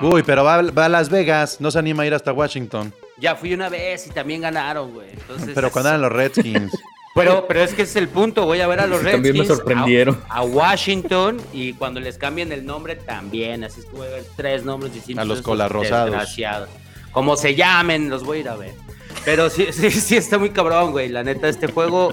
F: Pero
A: Uy, pero va, va a Las Vegas, no se anima a ir hasta Washington.
F: ya fui una vez y también ganaron, güey. Entonces,
A: Pero cuando eran los Redskins.
F: pero, pero es que ese es el punto, voy a ver a los Redskins.
G: También me sorprendieron.
F: A, a Washington y cuando les cambien el nombre también, así es que voy a ver tres nombres distintos.
A: A los
F: esos
A: colarrosados.
F: desgraciados. Como se llamen, los voy a ir a ver. Pero sí, sí, sí está muy cabrón, güey. La neta, este juego,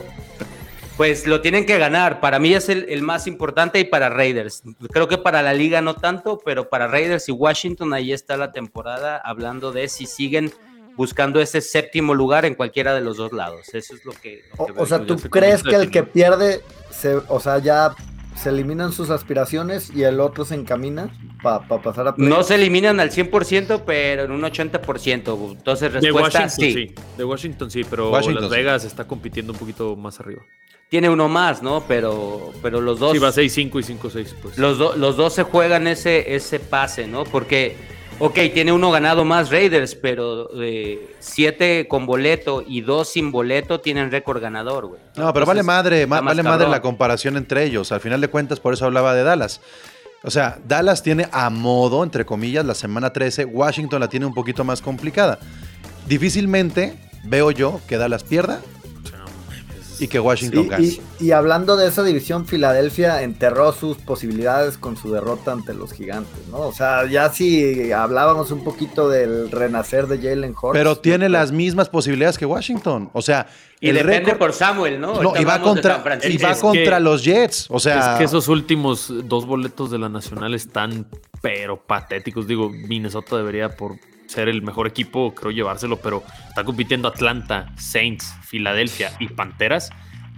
F: pues lo tienen que ganar. Para mí es el, el más importante y para Raiders. Creo que para la liga no tanto, pero para Raiders y Washington ahí está la temporada hablando de si siguen buscando ese séptimo lugar en cualquiera de los dos lados. Eso es lo que... lo
E: O,
F: que
E: o
F: veo.
E: sea, ¿tú crees que el que pierde, se, o sea, ya se eliminan sus aspiraciones y el otro se encamina para pasar a
F: No
E: playoffs?
F: se eliminan al 100%, pero en un 80%. Entonces,
B: De
F: respuesta
B: Washington,
F: sí.
B: sí. De Washington, sí, pero
A: Washington,
B: Las
A: sí.
B: Vegas está compitiendo un poquito más arriba.
F: Tiene uno más, ¿no? Pero, pero los dos...
B: Sí, va 6-5 y 5-6, pues.
F: Los, do- los dos se juegan ese, ese pase, ¿no? Porque Ok, tiene uno ganado más Raiders, pero eh, siete con boleto y dos sin boleto tienen récord ganador, güey.
A: No, pero vale
F: Entonces,
A: madre, ma-
F: está más
A: vale madre
F: cabrón.
A: la comparación entre ellos. Al final de cuentas, por eso hablaba de Dallas. O sea, Dallas tiene a modo, entre comillas, la semana 13. Washington la tiene un poquito más complicada. Difícilmente veo yo que Dallas pierda y que Washington
E: Y,
A: gane.
E: y- y hablando de esa división, Filadelfia enterró sus posibilidades con su derrota ante los gigantes, ¿no? O sea, ya si hablábamos un poquito del renacer de Jalen Hurts.
A: pero tiene las mismas posibilidades que Washington. O sea,
F: Y
A: el
F: depende
A: récord-
F: por Samuel, ¿no?
A: No,
F: Ahorita
A: y va
F: hablamos de
A: contra,
F: San Francisco.
A: y va
B: Es que-
A: contra los Jets. O sea,
B: Es que esos últimos dos boletos de la Nacional están pero patéticos. Digo, Minnesota debería por ser el mejor equipo, creo llevárselo, pero está compitiendo Atlanta, Saints, Filadelfia y Panteras.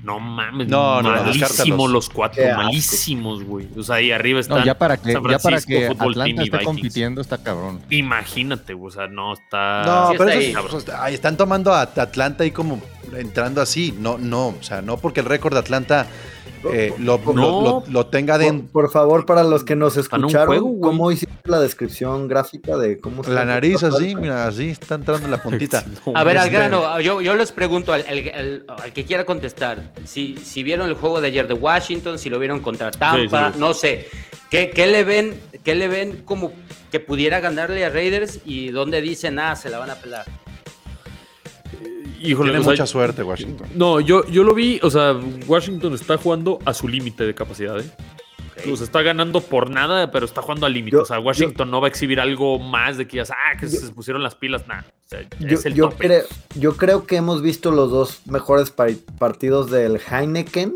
B: No mames,
A: No, no, no,
B: malísimos
A: descártalos.
B: los cuatro,
E: Qué asco.
B: malísimos, güey. O sea, ahí arriba
H: No,
B: están
H: ya para que,
B: San
H: ya para
B: Francisco,
H: que
B: Fútbol Team
H: Atlanta
B: y
H: esté
B: Vikings.
H: compitiendo está cabrón.
B: Imagínate, güey, o sea, no está.
A: No,
F: Ah, Sí
A: pero
F: está
A: eso es-
B: ahí.
A: pues, ay, están tomando a Atlanta ahí como entrando así. No, no, o sea, no porque el récord de Atlanta eh, lo,
B: No.
A: lo- lo- lo tenga
E: Por,
A: dentro.
E: por favor, para los que nos
B: en un
E: escucharon,
B: juego, güey.
E: ¿cómo hiciste la descripción gráfica de cómo
A: La
E: está-
A: nariz así, mira, así está entrando la puntita.
F: A ver, al
A: Este-
F: grano, yo, yo les pregunto al, al- al- al que quiera contestar, si, si vieron el juego de ayer de Washington, si lo vieron contra Tampa,
B: sí, sí.
F: no sé, ¿qué, qué le ven, ¿qué le ven como que pudiera ganarle a Raiders y dónde dicen, ah, se la van a pelar?
B: Híjole,
A: Tiene
B: o sea,
A: mucha suerte, Washington.
B: No, yo, yo lo vi, o sea, Washington está jugando a su límite de capacidad, ¿eh?
F: Ok.
B: O sea, está ganando por nada, pero está jugando al límite.
E: Yo-
B: O sea, Washington no va a exhibir algo más de que ya, ah, que se pusieron las pilas, nada. O sea,
E: Yo,
B: es el
E: yo
B: tope.
E: creo, yo creo que hemos visto los dos mejores par- partidos del Heineken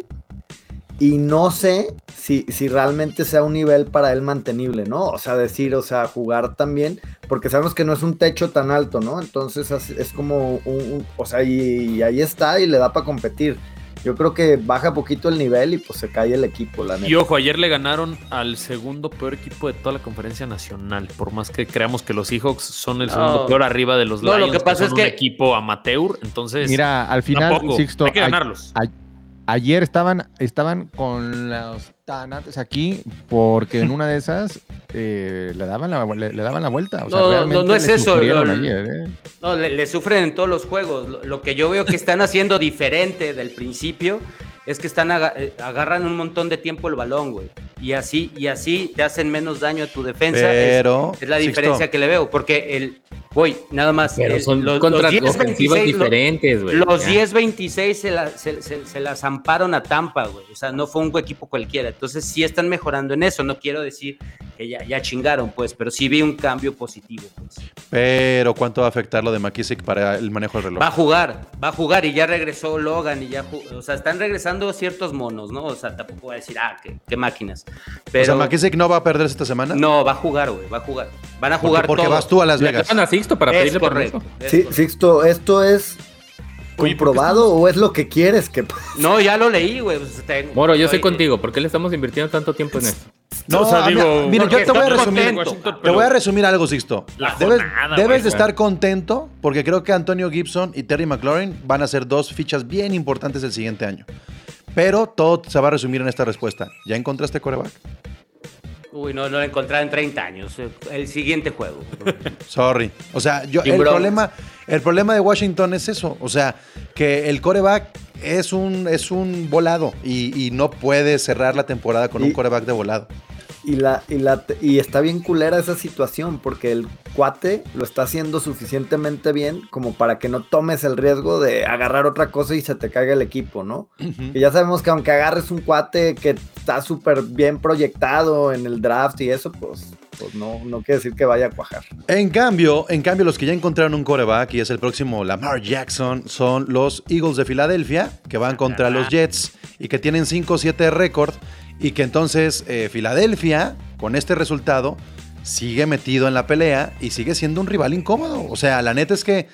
E: y no sé si, si realmente sea un nivel para él mantenible, ¿no? O sea, decir, o sea, jugar también, porque sabemos que no es un techo tan alto, ¿no? Entonces as- es como un, un- o sea, y, y ahí está y le da para competir. Yo creo que baja poquito el nivel y pues se cae el equipo, la neta.
B: Y ojo, ayer le ganaron al segundo peor equipo de toda la conferencia nacional. Por más que creamos que los Seahawks son el
F: No.
B: segundo peor arriba de los
F: Oh. No, lo
B: Lions,
F: que pasa
B: son
F: es
B: un
F: que-
B: equipo amateur. Entonces,
H: Mira, al final,
B: Pues, tampoco.
H: Sixto,
B: hay que
H: a-
B: ganarlos.
H: ayer estaban, estaban con los tanates aquí porque en una de esas eh, le, daban la, le, le daban la vuelta. O sea,
F: No, no,
H: realmente
F: no, no es
H: le
F: eso,
H: sufrieron
F: lo-
H: ayer, ¿eh?
F: No, le, le sufren en todos los juegos. Lo, lo que yo veo que están haciendo diferente del principio es que están aga- eh, agarran un montón de tiempo el balón, güey. Y así, y así te hacen menos daño a tu defensa. Es-
A: Pero.
F: Es la
A: Sixto,
F: diferencia que le veo, porque el. Voy, nada más.
G: Pero
F: el-
G: son
F: los- los
G: contra
F: 10,
G: ofensivas
F: 26, lo-
G: diferentes, güey.
F: Los
G: Ya.
F: 10-26 se, la, se, se- se las amparon a Tampa, güey. O sea, no fue un equipo cualquiera. Entonces, sí están mejorando en eso. No quiero decir que ya, ya chingaron, pues, pero sí vi un cambio positivo. pues.
A: Pero, ¿cuánto va a afectar lo de McKissick para el manejo del reloj?
F: Va a jugar, va a jugar y ya regresó Logan y ya. ju- O sea, están regresando ciertos monos, ¿no? O sea, tampoco voy a decir, ah, qué, qué máquinas.
A: o sea,
F: Pero.
A: McKissick no va a perderse esta semana.
F: no, va a jugar, güey, va a jugar. Van a
A: Porque-
F: jugar
A: porque
F: todos.
A: vas tú a Las
G: ¿Le
A: Vegas.
G: llaman a Sixto para
F: Es
G: pedirle
F: correcto,
G: permiso?
F: es
E: Sí,
F: correcto.
E: Sixto, ¿esto es
B: Oye, ¿por qué
E: comprobado o es lo que quieres que pase?
F: No, ya lo leí, güey. pues, tengo-
G: Moro, yo estoy
F: oye,
G: contigo. ¿Por qué le estamos invirtiendo tanto tiempo en esto?
A: No, a mí- mira, yo
F: porque
A: te voy a
F: están
A: resumir.
F: contentos.
B: Washington,
A: Te
B: pero-
A: voy a resumir algo, Sixto.
B: La
A: debes
B: jornada,
A: debes
B: güey.
A: de estar contento porque creo que Antonio Gibson y Terry McLaurin van a ser dos fichas bien importantes el siguiente año. Pero todo se va a resumir en esta respuesta. ¿Ya encontraste coreback?
F: Uy, no, no lo encontraba en 30 años. eh, El siguiente juego.
A: Sorry. O sea, yo,
F: Jim
A: el,
F: Brown.
A: problema, el problema de Washington es eso. O sea, que el coreback es un, es un volado y, y no puede cerrar la temporada con un
E: Y-
A: coreback de volado.
E: Y, la, y, la, y está bien culera esa situación porque el cuate lo está haciendo suficientemente bien como para que no tomes el riesgo de agarrar otra cosa y se te caiga el equipo, ¿no? Que ya sabemos que aunque agarres un cuate que está súper bien proyectado en el draft y eso, pues, pues no, no quiere decir que vaya a cuajar.
A: En cambio, en cambio, los que ya encontraron un coreback y es el próximo Lamar Jackson son los Eagles de Filadelfia, que van contra los Jets y que tienen 5-7 récord. Y que entonces eh, Filadelfia, con este resultado, sigue metido en la pelea y sigue siendo un rival incómodo. O sea, la neta es que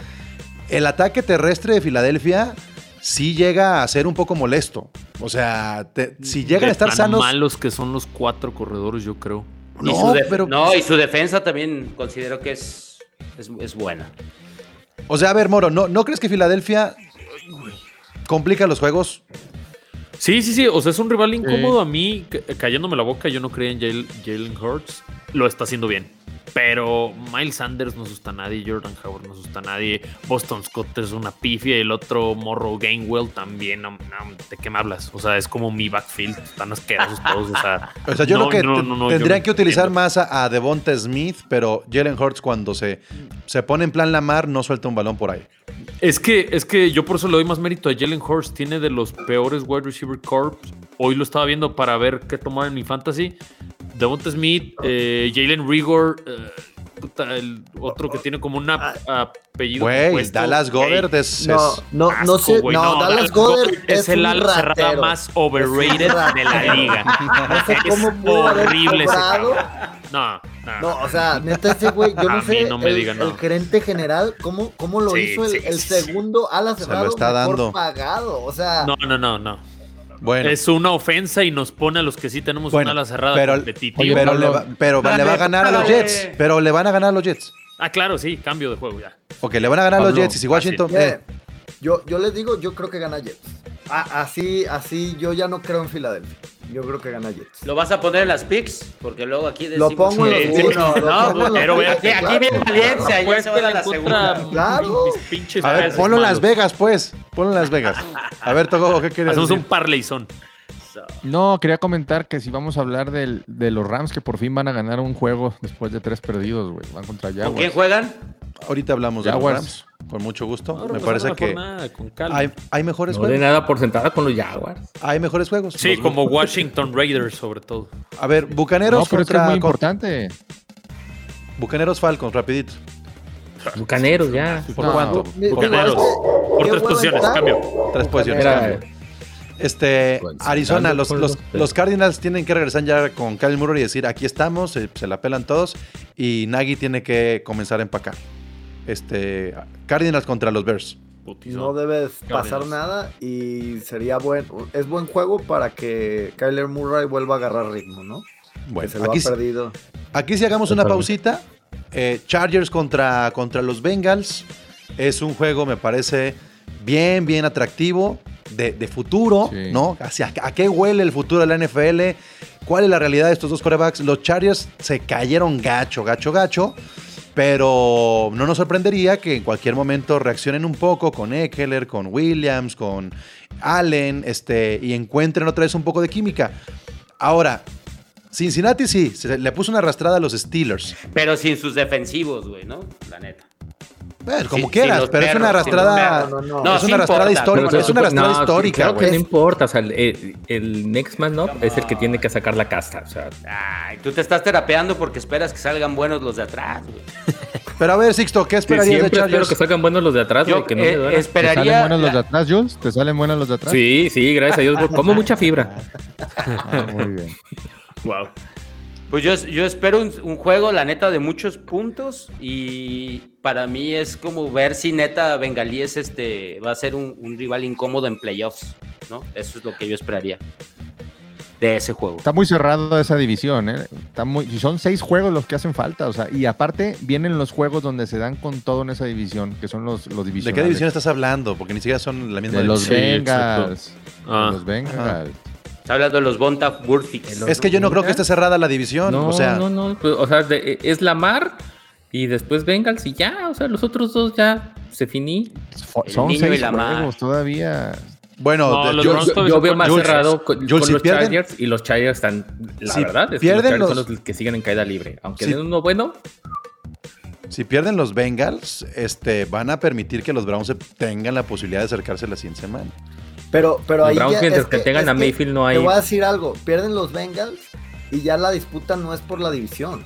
A: el ataque terrestre de Filadelfia sí llega a ser un poco molesto. O sea, te- si llegan
B: Mm, De
A: a estar
B: tan
A: sanos.
B: malos que son los cuatro corredores, yo creo.
F: Y
A: No,
F: su def-
A: pero.
F: no, y su defensa también considero que es, es, es buena.
A: O sea, a ver, Moro, ¿no, ¿no crees que Filadelfia complica los juegos?
B: Sí, sí, sí. O sea, es un rival incómodo. A mí, ca- callándome la boca, yo no creía en Jalen- Jalen Hurts. Lo está haciendo bien. Pero Miles Sanders no asusta a nadie, Jordan Howard no asusta a nadie, Boston Scott es una pifia, el otro Morrow Gainwell también. No, no, ¿De qué me hablas? O sea, es como mi backfield, están asquerosos todos. O sea,
A: O sea, yo
B: no,
A: creo que
B: no,
A: te-
B: no, no, yo
A: tendrían
B: no
A: que utilizar
B: entiendo.
A: más a, a Devonta Smith, pero Jalen Hurts cuando se, se pone en plan Lamar no suelta un balón por ahí.
B: Es que, es que yo por eso le doy más mérito a Jalen Hurst. Tiene de los peores wide receiver corps. Hoy lo estaba viendo para ver qué tomar en mi fantasy. Devonta Smith, eh, Jalen Rigor, eh, puta, el otro que tiene como un ap- apellido.
A: Güey,
B: compuesto.
A: Dallas
B: Güey,
A: Goddard es,
E: No,
A: es-
E: no, Ah, no
B: asco,
E: sé.
B: güey,
E: no, Dallas Goddard es,
B: el
E: un
B: ala cerrada
E: ratero.
B: más overrated
E: Es un
B: de la
E: ratero.
B: liga.
E: No sé
B: Es
E: cómo pudo haber
B: horrible ese
E: cobrado.
B: cabrón. No, no.
E: No, o sea, neta ese güey, yo
B: A
E: no
B: mí
E: sé
B: no me
E: el,
B: digan, no.
E: el gerente general cómo, cómo lo
B: Sí,
E: hizo el,
B: sí,
E: el
B: sí, sí.
E: segundo ala
A: lo
E: cerrado
A: está
E: mejor
A: dando.
E: pagado, o sea,
B: No, no, no, no.
A: bueno.
B: Es una ofensa y nos pone a los que sí tenemos
A: bueno,
B: una ala cerrada
A: pero,
B: competitiva.
H: Oye,
A: pero, le
H: Pablo.
A: va, pero va- le va a ganar a los
F: Párale.
A: Jets. Pero le van a ganar a los Jets.
B: Ah, claro, sí, cambio de juego ya.
A: Ok, le van a
B: Ah,
A: ganar a los
H: Pablo,
A: Jets. Y si Washington.
E: mire,
A: eh,
E: yo, yo les digo, yo creo que gana Jets. A- así, así, yo ya no creo en Filadelfia. Yo creo que gana Jets.
F: ¿Lo vas a poner en las picks? Porque luego aquí
E: Lo
F: decimos...
E: pongo en los
B: Sí, sí.
E: uno, lo
B: No,
E: pongo en los
B: pero
E: uno,
B: ve aquí,
E: claro.
F: aquí viene Valencia, ya se va a
B: Apuéstale
F: la
B: contra
F: segunda.
E: Claro.
B: mis pinches
A: a ver,
B: malos.
A: ponlo en Las Vegas, pues. Ponlo en Las Vegas. A ver, Togo, ¿qué quieres
B: Hacemos
A: decir?
B: un parleyzón.
H: No, quería comentar que si vamos a hablar del- de los Rams que por fin van a ganar un juego después de tres perdidos, güey. Van contra
F: ¿Con quién
H: Jaguars.
F: juegan?
A: Ahorita hablamos de los
H: Jaguars.
A: Rams. Con mucho gusto. Me parece que
B: Con calma.
A: hay, hay mejores
G: No de
A: juegos.
G: nada por sentada con los Jaguars.
A: Hay mejores juegos.
B: sí,
A: Los-
B: como Washington Raiders, sobre todo.
A: A ver, Bucaneros
H: No, pero es que es
A: contra
H: muy
A: con-
H: importante.
A: Bucaneros Falcons, rapidito.
G: Bucaneros, ya.
A: ¿Por
H: No,
A: cuánto?
E: Mi-
A: Por
B: Bucaneros.
E: ¿sabes qué?
B: Por
E: ¿Qué
B: tres
E: hueva
B: posiciones,
E: está?
B: cambio.
A: tres posiciones.
G: Era-
A: cambio. Este,
G: Bueno, sí,
A: Arizona,
G: dale,
A: los,
G: ponlo.
A: los, los Cardinals tienen que regresar ya con Kyle Murray y decir, aquí estamos, se, se la pelan todos, y Nagy tiene que comenzar a empacar. Este, Cardinals contra los Bears.
B: Putizón.
E: No debes
B: Cardinals.
E: pasar nada y sería buen, es buen juego para que Kyler Murray vuelva a agarrar ritmo, ¿no? que se
A: Bueno,
E: lo
A: aquí,
E: ha perdido.
A: aquí si hagamos una
G: Totalmente.
A: pausita, eh, Chargers contra, contra los Bengals, es un juego, me parece, bien, bien atractivo, de, de futuro,
H: Sí.
A: ¿no? Hacia, ¿A qué huele el futuro de la NFL? ¿Cuál es la realidad de estos dos corebacks? Los Chargers se cayeron gacho, gacho, gacho. Pero no nos sorprendería que en cualquier momento reaccionen un poco con Eckler, con Williams, con Allen, este, y encuentren otra vez un poco de química. Ahora, Cincinnati sí, se le puso una arrastrada a los Steelers.
F: Pero sin sus defensivos, güey, ¿no? La neta.
A: Eh, como
F: Sí,
A: quieras,
F: sí, los
A: pero es una
F: perros, sí, los
A: arrastrada.
E: perros, no, no,
F: no.
A: es
F: No, sí
A: una arrastrada
F: importa,
A: histórica.
F: pero
A: es una arrastrada
G: No,
A: histórica,
G: claro que
A: güey.
G: no importa. O sea, el, el next man up es el que tiene que sacar la casta. O sea,
F: Ay, tú te estás terapeando porque esperas que salgan buenos los de atrás, güey.
A: Pero a ver, Sixto, ¿qué
G: sí,
A: esperarías de
G: siempre espero
A: Chargers?
G: que salgan buenos los de atrás.
F: Yo
G: güey, que no
F: eh,
G: le duela.
H: ¿Te salen
F: esperaría...
H: buenos los de
F: la-
H: atrás, Jules? ¿Te salen buenos los de atrás?
G: Sí, sí, gracias a Dios. güey. Como mucha fibra.
H: Ah, muy bien.
B: Wow.
F: Pues yo, yo espero un, un juego, la neta, de muchos puntos. Y para mí es como ver si neta Bengalíes este, va a ser un, un rival incómodo en playoffs, ¿no? Eso es lo que yo esperaría de ese juego.
H: Está muy cerrado esa división, ¿eh? Está muy, y son seis juegos los que hacen falta, o sea, y aparte vienen los juegos donde se dan con todo en esa división, que son los, los
A: ¿De
H: divisionales.
A: qué división estás hablando? Porque ni siquiera son la misma
H: De los
A: división.
B: Sí, exacto.
H: Bengals.
B: Ah.
H: De los Bengals.
F: Está hablando de los Bonta Burfics.
A: Es que yo no creo que esté cerrada la división.
G: No,
A: o sea,
G: no, no. pues, o sea, de- es Lamar y después Bengals y ya. O sea, los otros dos ya se finí.
H: Fo-
F: El
H: Son
F: niño y
H: seis
F: la madre.
H: juegos todavía.
A: bueno,
B: No,
A: de-
B: los
A: yo-
B: Browns
G: Yo- Yo,
B: todavía
G: veo
B: se
G: más
B: ponen-
G: cerrado con,
A: Jules,
G: con
A: si
G: los
A: pierden-
G: Chargers y los Chargers están, la
A: Si
G: verdad, es que los
A: pierden
G: Chargers
A: los-
G: son los que siguen en caída libre. Aunque
A: Si-
G: den uno bueno,
A: si pierden los Bengals, este, van a permitir que los Browns se- tengan la posibilidad de acercarse la siguiente semana.
E: Pero, pero
G: Los
E: ahí
G: Browns,
E: ya-
G: mientras
E: es
G: que tengan
E: es
G: a Mayfield, no hay-
E: Te voy a decir algo, pierden los Bengals y ya la disputa no es por la división.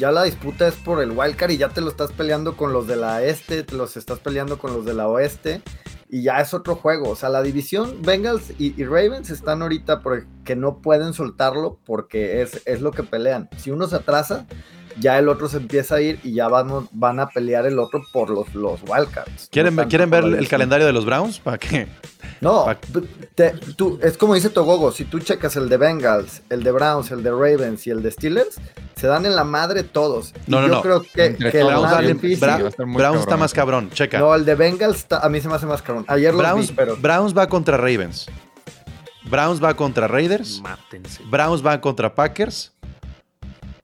E: Ya la disputa es por el wildcard y ya te lo estás peleando con los de la este, te los estás peleando con los de la oeste y ya es otro juego. O sea, la división Bengals y, y Ravens están ahorita porque no pueden soltarlo porque es, es lo que pelean. Si uno se atrasa, ya el otro se empieza a ir y ya vamos, van a pelear el otro por los, los wildcards.
A: ¿Quieren,
E: No tanto
A: ¿quieren
E: por
A: ver
E: la
A: el
E: división.
A: calendario de los Browns? ¿Para qué?
E: No,
A: Pa-
E: te- tú- es como dice Togogo, si tú checas el de Bengals, el de Browns, el de Ravens y el de Steelers, se dan en la madre todos. Y
A: No, no,
E: yo
A: no.
E: creo que,
H: Entre
E: que la
H: todos,
A: Browns,
E: más
A: dale-
H: alguien-
E: difícil-
A: Bra-
H: sí, va a estar muy
A: Browns está
H: cabrón.
A: más cabrón. Checa.
E: No, el de Bengals ta- a mí se me hace más cabrón. Ayer lo vi,
A: Browns,
E: pero
A: Browns va contra Ravens. Browns va contra Raiders.
B: Mátense.
A: Browns va contra Packers.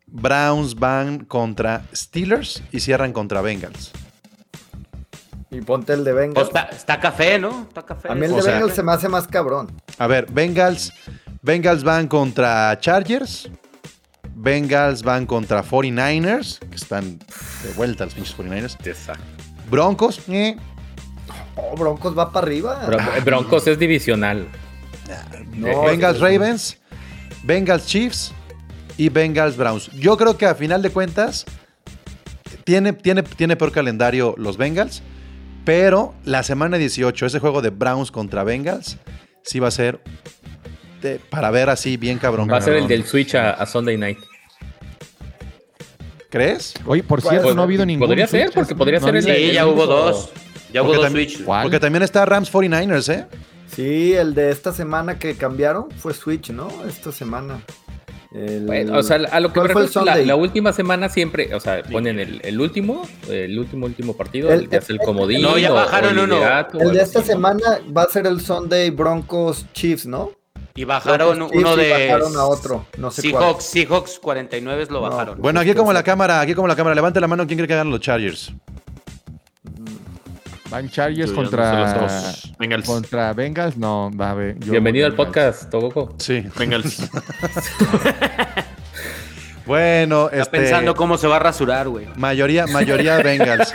A: Browns van contra Steelers y cierran contra Bengals.
E: Y ponte el de
F: Pues
E: Bengals.
F: está, está café, ¿no? Está café.
E: A mí el
A: o
E: de
A: sea-
E: Bengals se me hace más cabrón.
A: A ver, Bengals, Bengals van contra Chargers. Bengals van contra 49ers, que están de vuelta los pinches 49ers. Broncos, eh,
E: Oh, Broncos va para arriba.
G: Bro- Broncos es divisional.
E: No,
A: Bengals
E: sí,
A: Eh, Ravens, Bengals Chiefs y Bengals Browns. Yo creo que a final de cuentas tiene, tiene, tiene peor calendario los Bengals, pero la semana 18, ese juego de Browns contra Bengals, sí va a ser de- para ver así bien cabrón.
G: Va a ser el
A: cabrón.
G: del Switch a, a Sunday Night.
A: ¿Crees?
H: Oye, por
E: Pues,
H: cierto, no ha habido
G: podría
H: ningún.
G: ser,
H: Switch,
G: porque podría
H: no
G: ser
H: ha
G: el-
H: habido-
F: Sí, ya hubo dos. Ya hubo
A: Porque
F: dos
A: también-
F: Switch.
H: ¿Cuál?
A: Porque también está Rams 49ers, ¿eh?
E: Sí, el de esta semana que cambiaron fue Switch, ¿no? Esta semana. El-
G: Bueno, o sea, a lo que me
E: ¿Cuál
G: refiero
E: fue el
G: es que la,
E: Sunday?
G: la última semana siempre, o sea, ponen el, el último, el último, último partido,
E: El-
G: el, que es el comodín.
F: No, ya
G: o-
F: bajaron
G: o
F: uno.
G: liderato, o
E: el de
G: algo
E: esta
G: así, ¿no?
E: semana va a ser el Sunday Broncos Chiefs, ¿no?
F: Y bajaron
E: Broncos
F: uno
E: Chiefs y
F: de.
E: bajaron a otro, no sé cuál.
F: Seahawks, Seahawks 49 lo
E: No,
F: bajaron.
A: Bueno, aquí como la cámara, aquí como la cámara, levante la mano, ¿quién cree que ganan los Chargers?
H: Van Chargers
B: Yo ya no sé los
H: contra.
B: dos. Bengals.
H: Contra Bengals, no, va a ver. yo-
G: Bienvenido al podcast, Togoco.
A: Sí.
B: Bengals.
A: Bueno,
F: Está
A: este,
F: pensando cómo se va a rasurar, güey.
A: Mayoría, mayoría Bengals.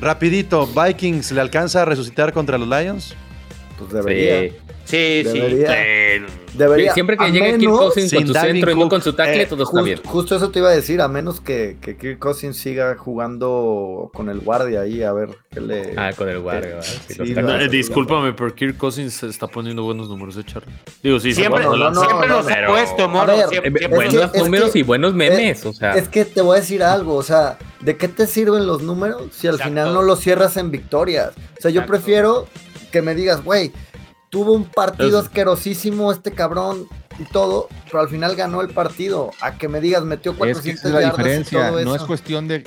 A: Rapidito, Vikings le alcanza a resucitar contra los Lions.
E: Pues debería.
G: Sí.
F: Sí,
E: Debería.
F: sí.
E: Debería.
G: Siempre que
E: a
G: llegue Kirk
E: menos-
G: Cousins con
A: sin
G: tu
A: Dalvin
G: centro y no
A: Cook,
G: con su tackle,
A: eh,
G: todo está
E: Just-
G: bien.
E: Justo eso te iba a decir, a menos que, que Kirk Cousins siga jugando con el guardia ahí, a ver qué le.
G: Ah, con el guardia. ¿verdad? Sí, los
E: Sí,
G: tackles.
E: no,
B: Eh, discúlpame, pero Kirk Cousins se está poniendo buenos números de Charlie. Digo, sí,
F: Siempre,
E: no, no, no,
F: siempre
E: no,
F: nos ha
G: pero-
F: puesto,
E: A
F: mono.
E: ver,
F: siempre-
G: Eh,
F: siempre-
G: buenos
E: es que- eh,
G: números y buenos memes, o sea.
E: Es que te voy a decir algo, o sea, ¿de qué te sirven los números si al
F: Exacto.
E: final no los cierras en victorias? O sea, yo
F: Exacto.
E: prefiero que me digas, güey, tuvo un partido
B: Es-
E: asquerosísimo este cabrón y todo, pero al final ganó el partido. A que me digas, metió
H: Es que
E: 400
H: esa es la
E: yardas y
H: diferencia.
E: todo
H: No es
E: eso.
H: cuestión de.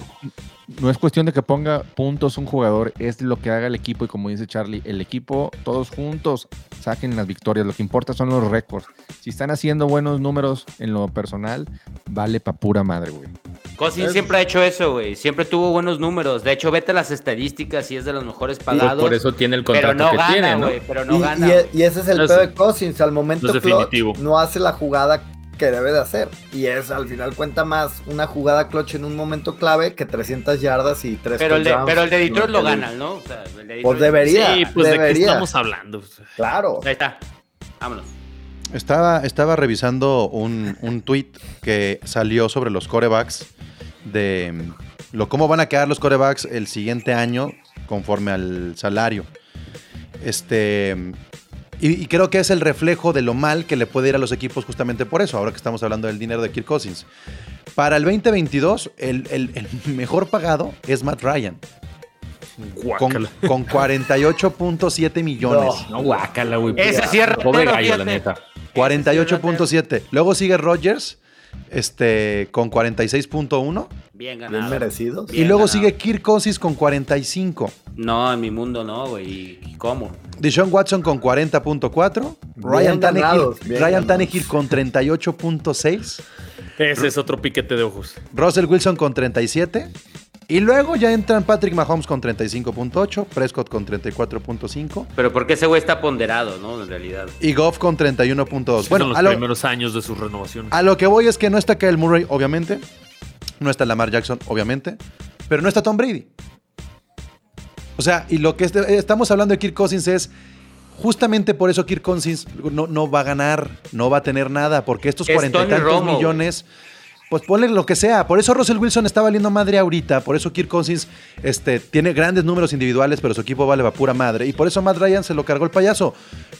H: No es cuestión de que ponga puntos un jugador, es lo que haga el equipo y como dice Charlie, el equipo, todos juntos, saquen las victorias. Lo que importa son los récords. Si están haciendo buenos números en lo personal, vale pa' pura madre, güey.
F: Cousins siempre ha hecho eso, güey. Siempre tuvo buenos números. De hecho, vete a las estadísticas y es de los mejores pagados.
G: pues, por eso tiene el
F: pero
G: contrato
F: no
G: que
F: gana,
G: tiene, ¿no?
F: güey. Pero no
E: y,
F: gana.
E: y- y ese es el
B: No es-
E: peor de Cousins. Al momento
B: no es
E: clutch
B: definitivo.
E: no hace la jugada que debe de hacer. Y es al final cuenta más una jugada clutch en un momento clave que 300 yardas y 3
F: pero, el de, pero el de Detroit lo gana, ¿no? O sea, el de Detroit-
E: Pues debería.
B: Sí, pues de qué
E: debería.
B: estamos hablando.
E: Claro.
F: Ahí está. Vámonos.
A: Estaba, estaba revisando un, un tweet que salió sobre los corebacks de mm, lo, cómo van a quedar los corebacks el siguiente año conforme al salario. Este. mm, Y, y creo que es el reflejo de lo mal que le puede ir a los equipos justamente por eso, ahora que estamos hablando del dinero de Kirk Cousins. Para el 2022, el, el- el mejor pagado es Matt Ryan, con,
B: Guácala.
A: con 48.7 millones.
E: No.
G: No, guácala, güey.
F: Ese sí es
G: Pobre
F: ratero,
G: gallo, la
F: fíjate.
G: neta.
A: 48.7. Luego sigue Rodgers este, con 46.1.
F: Bien
E: Bien
F: ganado.
E: merecidos.
A: Y
F: Bien
A: luego
F: ganado.
A: sigue Kirk Cousins con 45.
F: No, en mi mundo no, güey. ¿Y ¿Cómo?
A: Deshaun Watson con 40.4. Ryan Tannehill,
E: ganados, bien
A: Ryan
E: ganados.
A: Tannehill con 38.6.
B: Ese es otro piquete de ojos.
A: Russell Wilson con 37. Y luego ya entran Patrick Mahomes con 35.8. Prescott con 34.5.
F: Pero porque ese güey está ponderado, ¿no? En realidad.
A: Y Goff con 31.2.
B: Bueno,
A: Bueno, Ah,
B: los
A: a lo,
B: primeros años de sus renovaciones.
A: A lo que voy es que no está Kyle Murray, obviamente. No está Lamar Jackson, obviamente. Pero no está Tom Brady. O sea, y lo que este- eh, estamos hablando de Kirk Cousins es. Justamente por eso Kirk Cousins no, no va a ganar, no va a tener nada, porque estos
F: Es
A: cuarenta y
F: Tony
A: tantos
F: Romo,
A: millones, pues ponle lo que sea. Por eso Russell Wilson está valiendo madre ahorita, por eso Kirk Cousins este, tiene grandes números individuales, pero su equipo vale va pura madre. Y por eso Matt Ryan se lo cargó el payaso,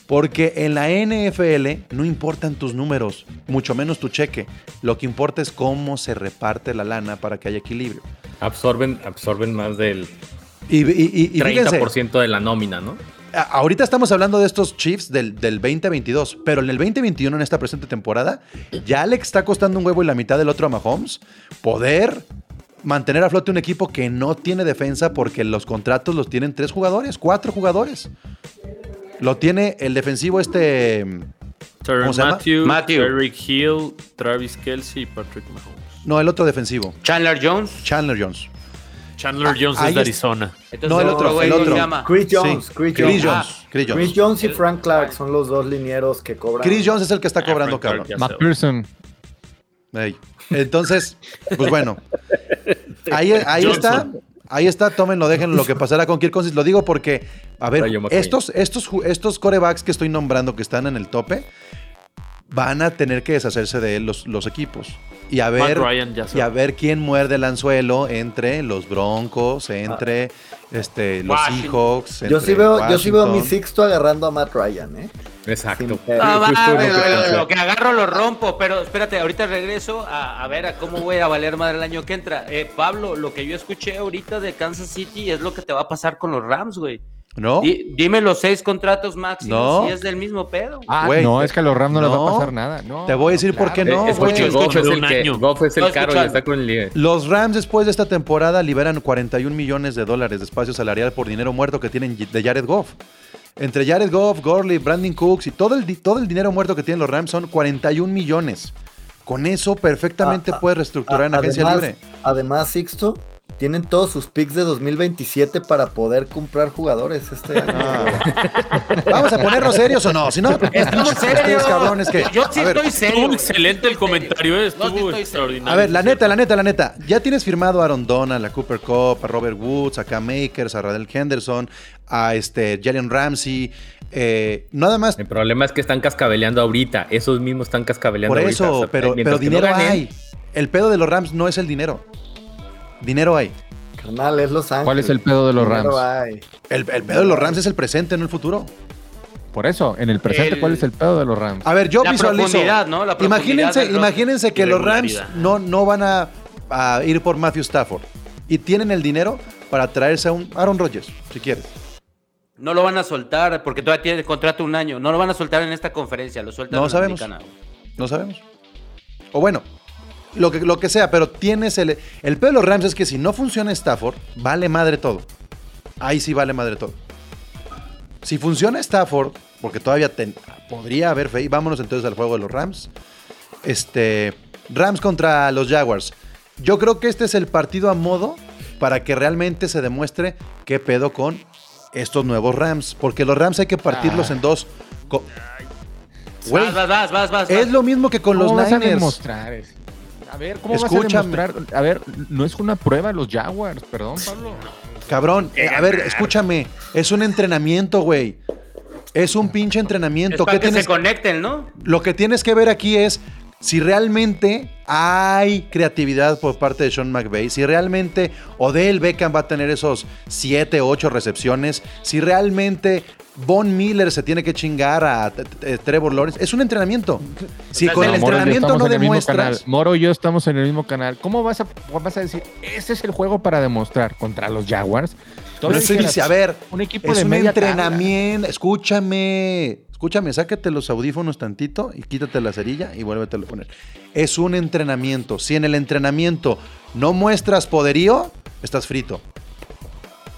A: porque en la NFL no importan tus números, mucho menos tu cheque. Lo que importa es cómo se reparte la lana para que haya equilibrio.
G: Absorben, absorben más del
A: Y, y- y- y fíjense,
G: 30% de la nómina, ¿no?
A: a- ahorita estamos hablando de estos Chiefs del, del 2022, pero en el 2021, en esta presente temporada, ya le está costando un huevo y la mitad del otro a Mahomes poder mantener a flote un equipo que no tiene defensa porque los contratos los tienen tres jugadores, cuatro jugadores. Lo tiene el defensivo este...
B: Terry
A: ¿Cómo se llama?
B: Matthew,
F: Matthew.
B: Eric Hill, Travis Kelsey y Patrick Mahomes.
A: No, el otro defensivo.
F: Chandler Jones.
A: Chandler Jones.
B: Chandler Jones
A: Ah, ahí
B: es
A: es-
B: de Arizona.
F: Entonces,
A: No, el otro,
F: güey,
A: el
F: ¿cómo
A: otro.
F: se llama?
E: Chris
A: Sí.
E: Jones,
A: Chris
E: Chris Jones.
A: Jones. Chris Jones.
E: Ah, Chris Jones y Frank Clark son los dos linieros que cobran.
A: Chris Jones es el que está cobrando,
B: Ah, Frank
A: cabrón.
B: Clark, ya sé, güey.
H: McPherson.
A: Ey. Entonces, pues bueno. Ahí, ahí está.
B: Johnson.
A: Ahí está, tómenlo, déjenlo lo que pasará con Kirk Cousins. Lo digo porque, a ver,
G: Rayo McQueen.
A: estos, estos, ju- estos corebacks que estoy nombrando que están en el tope, van a tener que deshacerse de él los, los equipos. Y a ver,
B: Matt Ryan, ya sé.
A: y a ver quién muerde el anzuelo entre los Broncos, entre este, los
F: Washington.
A: Seahawks.
E: Yo
A: entre
E: sí, veo, yo sí veo a mi
A: Washington.
E: Sixto agarrando a Matt Ryan, ¿eh? Sin
G: Exacto.
E: pedo.
F: Ah,
G: Justo
F: va,
G: lo
F: güey,
G: que
F: lo, lo-
G: pensé.
F: lo que agarro lo rompo, pero espérate, ahorita regreso a, a ver a cómo voy a valer madre el año que entra. Eh, Pablo, lo que yo escuché ahorita de Kansas City es lo que te va a pasar con los Rams, güey.
A: ¿No?
F: Di- dime los seis contratos máximos
A: No.
F: y es del mismo pedo. güey.
H: Ah,
A: Güey.
H: no, es que a los Rams no, les va
A: No.
H: a pasar nada. No,
A: Te voy a decir por qué
H: claro.
A: no,
G: Eh,
A: güey.
G: escucha,
B: güey.
G: Goff es
B: De
G: el
B: un
G: que-
B: año.
G: Goff es el
F: Estoy
G: caro y
F: escuchando.
G: está con el líder.
A: Los Rams después de esta temporada liberan 41 millones de dólares de espacio salarial por dinero muerto que tienen de Jared Goff. Entre Jared Goff, Gurley, Brandon Cooks y todo el, di- todo el dinero muerto que tienen los Rams son 41 millones. Con eso perfectamente
E: Ah, ah,
A: puedes reestructurar en
E: A-
A: agencia
E: además-
A: libre.
E: Además, Sixto, tienen todos sus picks de 2027 para poder comprar jugadores este año.
A: Ah. Vamos a ponernos serios o no, si no
F: Estamos
A: ustedes,
F: serios.
A: cabrones, que-
F: Yo sí
A: a ver,
F: estoy
B: Estuvo
F: serio. güey.
B: excelente el
F: Estoy
B: comentario,
F: serio.
B: eh,
F: No, sí
B: estuvo
F: estoy serio.
B: extraordinario.
A: A ver, la neta, la neta, la neta. Ya tienes firmado a Aaron Donald, a Cooper Cup, a Robert Woods, a Cam Akers, a Radel Henderson, a este Jalen Ramsey. Eh, nada más
G: El problema es que están cascabeleando ahorita. Esos mismos están cascabeleando
A: Por
G: ahorita.
A: eso,
G: O sea,
A: pero, pero
G: mientras que no
A: dinero
G: ganen,
A: hay. El pedo de los Rams no es el dinero. Dinero hay.
E: Carnal, es Los Ángeles.
H: ¿Cuál es el pedo de los
E: Dinero
H: Rams?
E: hay.
A: El, el pedo de los Rams es el presente, no el futuro.
H: Por eso, en el presente,
F: El-
H: ¿cuál es el pedo de los Rams?
A: A ver, yo
F: La
A: visualizo.
F: profundidad, ¿no? La profundidad
A: imagínense,
F: del roster.
A: imagínense que los Rams
B: Irregularidad.
A: no, no van a, a ir por Matthew Stafford. Y tienen el dinero para traerse a un Aaron Rodgers, si quieres.
F: No lo van a soltar porque todavía tiene contrato un año. No lo van a soltar en esta conferencia, lo sueltan
A: No
F: en la
A: sabemos.
F: americana, güey.
A: No sabemos. O bueno, lo que, lo que sea, pero tienes el. El pedo de los Rams es que si no funciona Stafford, vale madre todo. Ahí sí vale madre todo. Si funciona Stafford, porque todavía ten- podría haber fe, y vámonos entonces al juego de los Rams. Este. Rams contra los Jaguars. Yo creo que este es el partido a modo para que realmente se demuestre qué pedo con estos nuevos Rams. Porque los Rams hay que partirlos en dos. co- Güey,
F: Vas, vas, vas, vas, vas.
A: es lo mismo que con los
H: ¿Cómo vas a
A: Niners.
H: demostrar? eso? A ver, ¿cómo
A: Escúchame.
H: vas a demostrar? A ver, no es una prueba los Jaguars, perdón, Pablo.
A: Cabrón, eh, a ver, escúchame. Es un entrenamiento, güey. Es un pinche
F: Es
A: entrenamiento.
F: para
A: ¿Qué
F: que
A: tienes,
F: se conecten, ¿no?
A: lo que tienes que ver aquí es si realmente hay creatividad por parte de Sean McVay, si realmente Odell Beckham va a tener esos 7, 8 recepciones, si realmente Von Miller se tiene que chingar a t- t- Trevor Lawrence. Es un entrenamiento. Si
F: sea,
A: con
F: no,
A: el
H: Moro y yo
A: entrenamiento
H: estamos
A: no
H: en el mismo
A: demuestras...
H: canal. Moro y yo estamos en el mismo canal. ¿Cómo vas a, vas a decir, este es el juego para demostrar contra los Jaguars?
A: No
H: Todavía
A: estoy
H: dijeras,
A: dice, a ver,
H: un equipo
A: es
H: de
A: un
H: media
A: entrenamiento. Escúchame, escúchame, sácate los audífonos tantito y quítate la cerilla y vuélvete a poner. Es un entrenamiento. Si en el entrenamiento no muestras poderío, estás frito.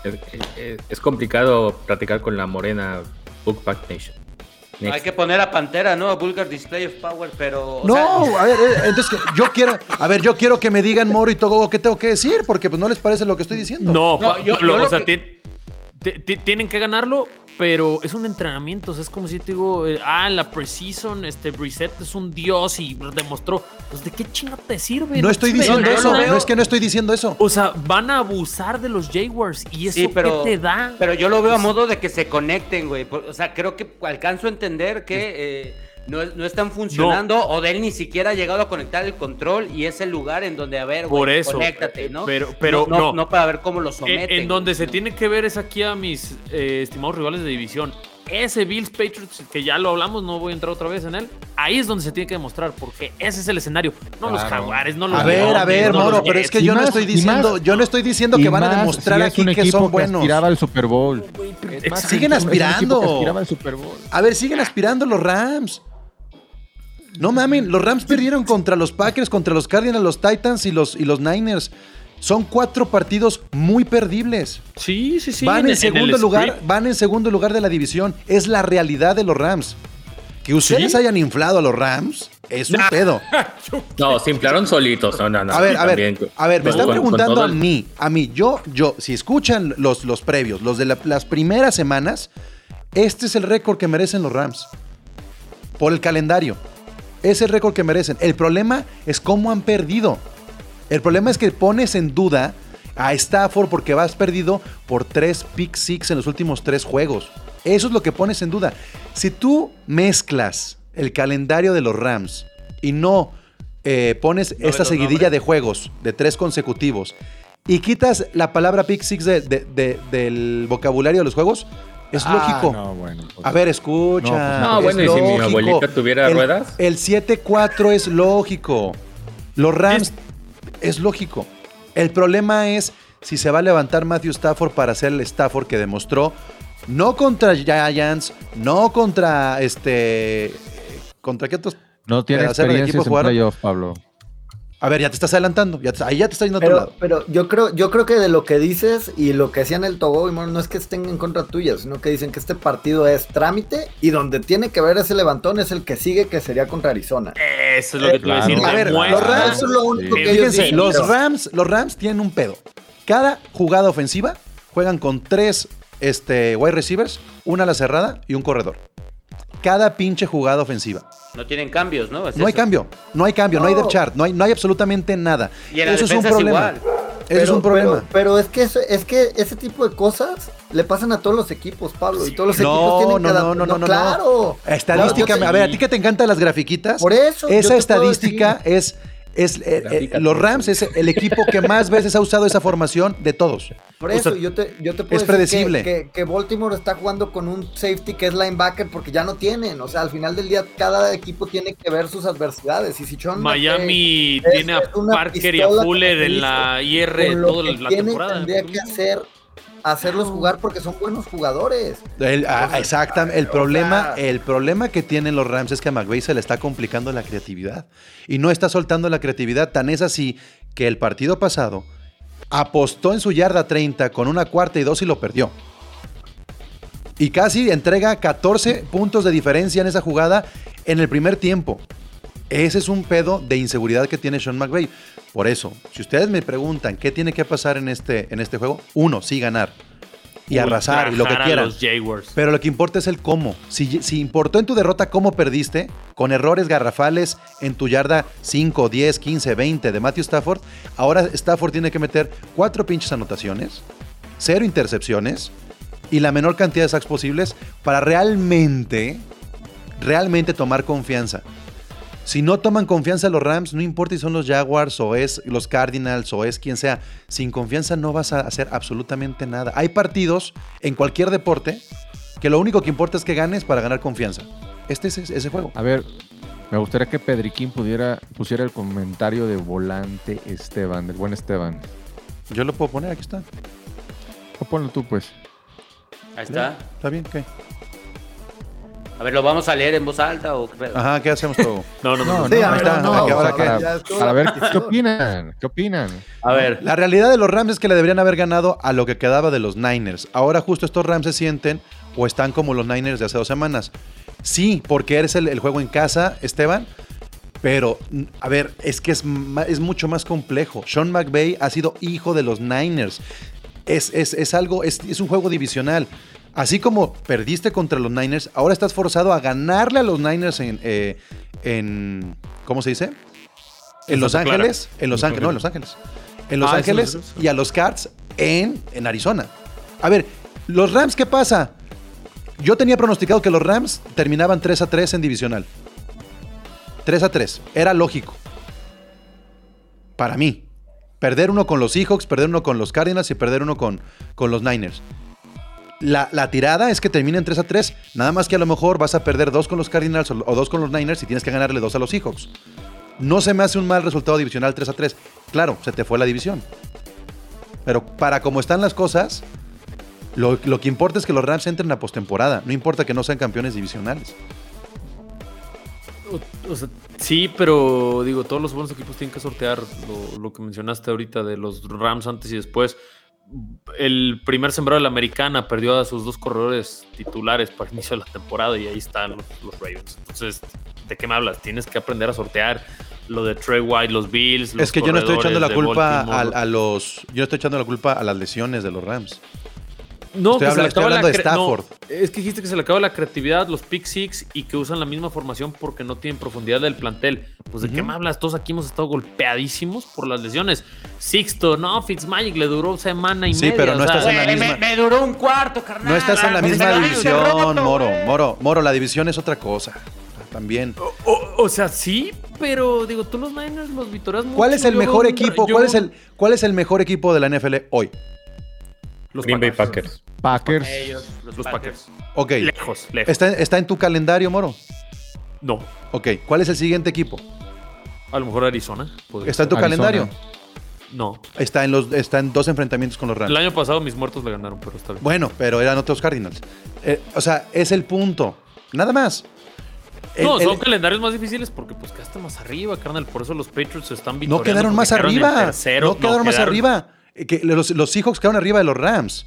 G: Es, es- es complicado platicar con la morena Bookpack Nation. Next.
F: Hay que poner a Pantera, ¿no? A Vulgar Display of Power, pero. o
A: no,
F: sea,
A: a ver, eh, entonces yo quiero, a ver, yo quiero que me digan Moro y Togo qué tengo que decir, porque pues no les parece lo que estoy diciendo.
F: No,
B: No, pa-
F: yo-
B: Pablo,
F: yo lo
B: o sea,
F: que-
B: tien- ti- ti- tienen que ganarlo, pero es un entrenamiento. O sea, es como si yo te digo, eh, ah, en la preseason, este Brissett es un dios y demostró. Pues, ¿de qué chinga te sirve?
A: No estoy
B: te sirve
A: diciendo
B: de
F: yo
A: eso,
F: lo
B: nada.
A: no
F: veo-
A: es que no estoy diciendo eso.
B: O sea, van a abusar de los Jaguars y eso
F: sí, pero.
B: qué te da.
F: Pero yo lo veo a modo de que se conecten, güey. Por- O sea, creo que alcanzo a entender que. eh, no, es- no están funcionando, o de él ni siquiera ha llegado a conectar el control y es el lugar en donde, a ver, güey,
B: Por eso,
F: conéctate,
B: eh,
F: ¿no?
B: pero- pero
F: no,
B: no.
F: para ver cómo lo
B: En-
F: someten.
B: Eh, en,
F: güey.
B: donde se tiene que ver es aquí a mis eh, estimados rivales de división. Ese Bills Patriots, que ya lo hablamos, no voy a entrar otra vez en él. Ahí es donde se tiene que demostrar, porque ese es el escenario. No los
H: Claro.
B: jaguares, no los
A: A ver, a
B: leones,
A: ver,
B: no los
A: Moro, pero es
B: Jets.
A: que yo
H: Y
A: no
H: más,
A: estoy
H: y
A: diciendo,
H: más.
A: yo no estoy diciendo que
H: Y
A: van a
H: más
A: demostrar
H: si es
A: aquí
H: un
A: que
H: equipo
A: son buenos.
H: aspiraba al Super Bowl.
B: Güey,
H: Es más,
A: siguen
H: es un equipo
A: aspirando.
H: que aspiraba al Super Bowl.
A: A ver, siguen aspirando los Rams. No mamen, los Rams perdieron contra los Packers, contra los Cardinals, los Titans y los, y los Niners. Son cuatro partidos muy perdibles.
B: Sí, sí, sí.
A: van en,
B: el-
A: segundo
B: el
A: lugar,
B: script.
A: van en segundo lugar de la división. Es la realidad de los Rams. Que ustedes
B: Sí.
A: hayan inflado a los Rams es un pedo.
G: No, se inflaron solitos. No, no, no.
A: A ver, a ver,
G: También,
A: a ver, me
G: con-
A: están
G: con- con
A: preguntando
G: todo
A: a
G: el-
A: mí, a mí, yo, yo, si escuchan los, los previos, los de la- las primeras semanas, este es el récord que merecen los Rams. Por el calendario. Es el récord que merecen. El problema es cómo han perdido. El problema es que pones en duda a Stafford porque vas perdido por tres pick six en los últimos tres juegos. Eso es lo que pones en duda. Si tú mezclas el calendario de los Rams y no eh, pones
B: de
A: esta
B: los
A: seguidilla
B: nombres.
A: de juegos de tres consecutivos y quitas la palabra pick six de- de- de- del vocabulario de los juegos, es lógico.
H: No, bueno. pues,
A: A ver, escucha.
H: No, pues,
G: no,
A: es
G: bueno, y si mi
A: lógico.
G: abuelita tuviera
A: El-
G: ruedas.
A: El 7-4 es lógico. Los Rams es lógico. El problema es si se va a levantar Matthew Stafford para ser el Stafford que demostró no contra Giants, no contra este contra qué otros.
H: No tiene
A: pedacero de
H: experiencia en
A: equipo jugaron.
H: playoff, Pablo.
A: A ver, ya te estás adelantando, ya te- ahí ya te está yendo a otro
E: Pero,
A: lado.
E: pero yo creo, yo creo que de lo que dices y lo que hacían el Togo y Moro, no es que estén en contra tuya, sino que dicen que este partido es trámite y donde tiene que ver ese levantón es el que sigue, que sería contra Arizona.
B: Eso es lo que te iba a
H: Claro.
B: decir.
A: A ver,
B: demuestra-
A: los Rams
E: son lo único que
B: Sí.
E: ellos
A: Fíjense,
E: dicen,
A: los
E: pero-
A: Rams, los Rams tienen un pedo. Cada jugada ofensiva juegan con tres este, wide receivers, una a la cerrada y un corredor. Cada pinche jugada ofensiva.
F: No tienen cambios, ¿no? Es
A: No hay
F: eso.
A: cambio, no hay cambio, no, hay
E: No.
A: depth chart, no hay, no hay absolutamente nada.
F: Y en la
A: Eso es un
F: defensa es
A: problema.
F: igual.
A: Eso es un problema.
E: Pero, pero es que eso- es que ese tipo de cosas le pasan a todos los equipos, Pablo. Y todos los equipos
A: No, no,
E: tienen que
A: no,
E: adaptar-
A: no, no, no.
E: Claro.
A: Estadística,
E: No, yo
A: a
E: te-
A: ver, a ti que te encantan las grafiquitas.
E: Por eso, yo te
A: Esa
E: puedo
A: estadística es. es eh, eh,
G: Grafica
A: los
G: tú.
A: Rams es el equipo que más veces ha usado esa formación de todos.
E: Por
A: O
E: eso
A: sea,
E: yo te, yo te puedo
A: es
E: decir que-
A: predecible.
E: Que, que Baltimore está jugando con un safety que es linebacker porque ya no tienen. O sea, al final del día cada equipo tiene que ver sus adversidades. Y si Sean
B: Miami
E: Es-
B: tiene a
E: es una
B: Parker y a
E: pistola
B: Fuller en
E: capitalista.
B: la
E: McVay,
B: IR
E: con lo
B: toda
E: que
B: la
E: tienen,
B: temporada.
E: tendría que hacer hacerlos jugar porque son buenos jugadores.
A: El, ah, exactam- el
E: o
A: problema,
E: sea-
A: el problema que tienen los Rams es que a McVay se le está complicando la creatividad y no está soltando la creatividad. Tan es así que el partido pasado apostó en su yarda 30 con una cuarta y dos y lo perdió. Y casi entrega 14 puntos de diferencia en esa jugada en el primer tiempo. Ese es un pedo de inseguridad que tiene Sean McVay. Por eso, si ustedes me preguntan qué tiene que pasar en este, en este juego, uno, sí ganar y arrasar y lo que
B: Ultrajar a
A: quieran.
B: Los Jaguars.
A: Pero lo que importa es el cómo. Si, si importó en tu derrota cómo perdiste, con errores garrafales en tu yarda 5, 10, 15, 20 de Matthew Stafford, ahora Stafford tiene que meter cuatro pinches anotaciones, cero intercepciones y la menor cantidad de sacks posibles para realmente, realmente tomar confianza. Si no toman confianza los Rams, no importa si son los Jaguars o es los Cardinals o es quien sea, sin confianza no vas a hacer absolutamente nada. Hay partidos en cualquier deporte que lo único que importa es que ganes para ganar confianza. Este es ese juego.
H: A ver, me gustaría que Pedriquín pudiera, pusiera el comentario de volante Esteban, del buen Esteban.
A: Yo lo puedo poner, aquí está.
H: O ponlo tú, pues.
F: Ahí está.
A: ¿Está bien? ¿Qué?
F: A ver, ¿lo vamos a leer en voz alta o qué pedo?
A: Ajá, ¿qué hacemos todo?
B: No, no, no.
E: Sí,
A: no,
E: a ver,
A: está,
E: no,
A: ¿a qué hora
E: o sea,
A: qué?
E: ya estuvo la
H: Para ver qué
E: petición.
H: opinan, qué opinan.
F: A ver.
A: La realidad de los Rams es que le deberían haber ganado a lo que quedaba de los Niners. Ahora justo estos Rams se sienten o están como los Niners de hace dos semanas. Sí, porque eres el, el juego en casa, Esteban. Pero, mm, a ver, es que es, ma- es mucho más complejo. Sean McVay ha sido hijo de los Niners. Es, es- es algo, es, es un juego divisional. Así como perdiste contra los Niners, ahora estás forzado a ganarle a los Niners en, eh, en ¿cómo se dice? En Los
B: Santa Clara.
A: Ángeles, en Los Ángeles, no, en Los Ángeles. En Los
B: Ah, es en Los
A: Ángeles y a los Cards en, en Arizona. A ver, los Rams, ¿qué pasa? Yo tenía pronosticado que los Rams terminaban 3 a 3 en divisional. 3 a 3. Era lógico. Para mí. Perder uno con los Seahawks, perder uno con los Cardinals y perder uno con, con los Niners. La, la tirada es que terminen 3 a 3. Nada más que a lo mejor vas a perder dos con los Cardinals o, o dos con los Niners y tienes que ganarle dos a los Seahawks. No se me hace un mal resultado divisional 3 a 3. Claro, se te fue la división. Pero para como están las cosas, lo, lo que importa es que los Rams entren a postemporada. No importa que no sean campeones divisionales.
B: O sea, sí, pero digo, todos los buenos equipos tienen que sortear lo, lo que mencionaste ahorita de los Rams antes y después. El primer sembrado de la americana perdió a sus dos corredores titulares para el inicio de la temporada y ahí están los, los Ravens. Entonces, ¿de qué me hablas? Tienes que aprender a sortear lo de Trey White, los Bills. los
A: es que yo no estoy echando
B: corredores
A: la
B: de
A: culpa a,
B: Baltimore.
A: a los. Yo no estoy echando la culpa a las lesiones de los Rams.
B: No,
A: Estoy
B: que se le
A: hablando- estoy
B: acaba la
A: hablando de
B: cre- no,
A: Stafford.
B: es que dijiste que se le acaba la creatividad, los pick six y que usan la misma formación porque no tienen profundidad del plantel. Pues de qué me hablas, todos aquí hemos estado golpeadísimos por las lesiones. Sixto, no, Fitzmagic le duró semana y
A: Sí,
B: media.
A: pero no
B: o sea,
A: estás en la
F: Güey,
A: misma-
F: me, me duró un cuarto, carnal.
A: No estás en la
F: Ah, pues,
A: misma
F: está roto,
A: división,
F: güey.
A: Moro. Moro, Moro, la división es otra cosa. También.
B: o, o sea, sí, pero digo, tú los Niners los victorias mucho.
A: ¿Cuál es el
B: yo
A: mejor
B: veo-
A: equipo?
B: yo
A: ¿Cuál
B: veo
A: es el, cuál es el mejor equipo de la NFL hoy?
B: Los
G: Green Bay
B: Packers.
G: Packers.
H: Packers.
F: Ellos, los,
B: Los Packers.
A: Ok.
B: Lejos, lejos.
A: ¿Está, está en tu calendario, Moro?
B: No,
A: Ok. ¿Cuál es el siguiente equipo?
B: a lo mejor Arizona. podría
A: ¿Está en tu
H: Arizona.
A: calendario?
B: ser. No.
A: Está en, los, está en dos enfrentamientos con los Rams.
B: El año pasado mis muertos le ganaron, pero está bien.
A: Bueno, pero eran otros Cardinals. Eh, o sea, es el punto. Nada más. El-
B: no,
A: el-
B: son calendarios más difíciles porque pues quedaste más arriba, carnal. Por eso los Patriots se están
A: no
B: victoriando.
A: quedaron
B: porque
A: más
B: en
A: arriba.
B: tercero.
A: no quedaron más arriba. Eh, Que los, los Seahawks quedaron arriba de los Rams.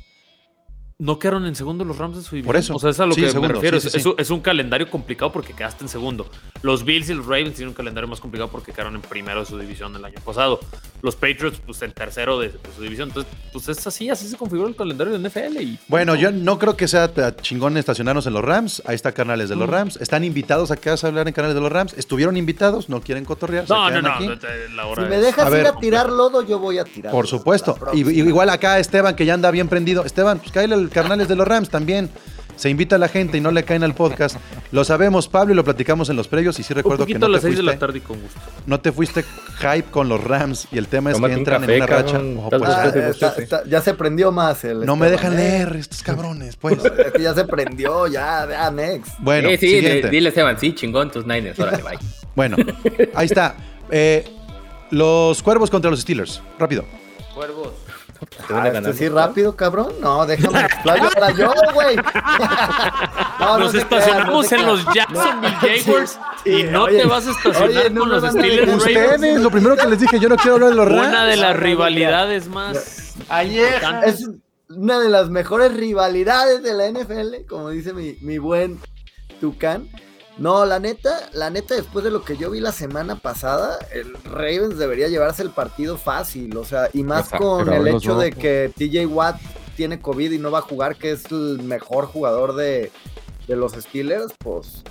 B: No quedaron en segundo los Rams de su división.
A: Por eso.
B: O sea, es a lo
A: Sí,
B: que
A: segundo,
B: me refiero.
A: sí,
B: es,
A: sí, sí.
B: es un- es un calendario complicado porque quedaste en segundo. Los Bills y los Ravens tienen un calendario más complicado porque quedaron en primero de su división el año pasado. Los Patriots, pues en tercero de, de su división. Entonces, pues es así, así se configura el calendario de NFL. Y,
A: Bueno, yo no creo que sea ta- chingón estacionarnos en los Rams. Ahí está Canales
B: Mm.
A: de los Rams. Están invitados a casa a hablar en Canales de los Rams. Estuvieron invitados, no quieren cotorrear. se
B: No, no,
A: quedan
B: no.
A: aquí.
B: La
E: Si
B: hora
E: me
B: es-
E: dejas
A: A
E: ir
A: ver.
E: a tirar lodo, yo voy a tirar.
A: Por
E: lodo.
A: supuesto.
E: La
A: Y,
E: próxima.
A: igual acá Esteban, que ya anda bien prendido. Esteban, pues cáele el Carnales de los Rams también. Se invita a la gente y no le caen al podcast. Lo sabemos, Pablo, y lo platicamos en los previos. Y sí
B: un
A: recuerdo que
B: poquito
A: no
B: a
A: te,
B: las 6
A: fuiste,
B: de la tarde y con gusto.
A: no te fuiste hype con los Rams. Y el tema es
G: Tómate
A: que
G: un
A: entran
G: café,
A: en una racha.
G: cabrón.
A: Ojo,
G: Tal
A: pues,
G: vez
E: Ah,
G: te
A: ya.
E: está-
G: gustaste.
E: está- ya se prendió más el.
A: no me dejan
E: Esteban, ¿eh?
A: leer estos cabrones, pues.
E: Es que ya se prendió, ya, ya, next.
A: Bueno,
G: Eh, Sí, sí,
A: siguiente.
G: di- dile Esteban, sí, chingón, tus Niners, órale, bye.
A: Bueno, ahí está. Eh, los cuervos contra los Steelers. Rápido.
F: Cuervos.
G: Te van a
E: Ah,
G: ganar.
E: este sí, rápido, cabrón. No, déjame explayo ahora yo, güey. No, no
B: Nos
E: se
B: estacionamos
E: crean,
B: en
E: no
B: los
E: se crean.
B: Jacksonville Jaguars
E: sí,
B: y no
E: oye,
B: te vas a estacionar
E: oye, no
B: con
E: me
B: los
E: van a
B: Steelers
E: dejar
B: Ravens.
A: Ustedes, lo primero que les dije, yo no quiero hablar de los Rams.
B: Una
E: No,
B: de
E: no,
B: las
E: no.
B: rivalidades más
F: Ayer.
E: Es una de las mejores rivalidades de la NFL, como dice mi, mi buen Tucán. No, la neta, la neta, después de lo que yo vi la semana pasada, el Ravens debería llevarse el partido fácil, o sea, y más
G: Ajá,
E: con
H: pero
E: el
H: los
E: hecho
H: no.
E: de que TJ Watt tiene COVID y no va a jugar, que es el mejor jugador de, de los Steelers, pues.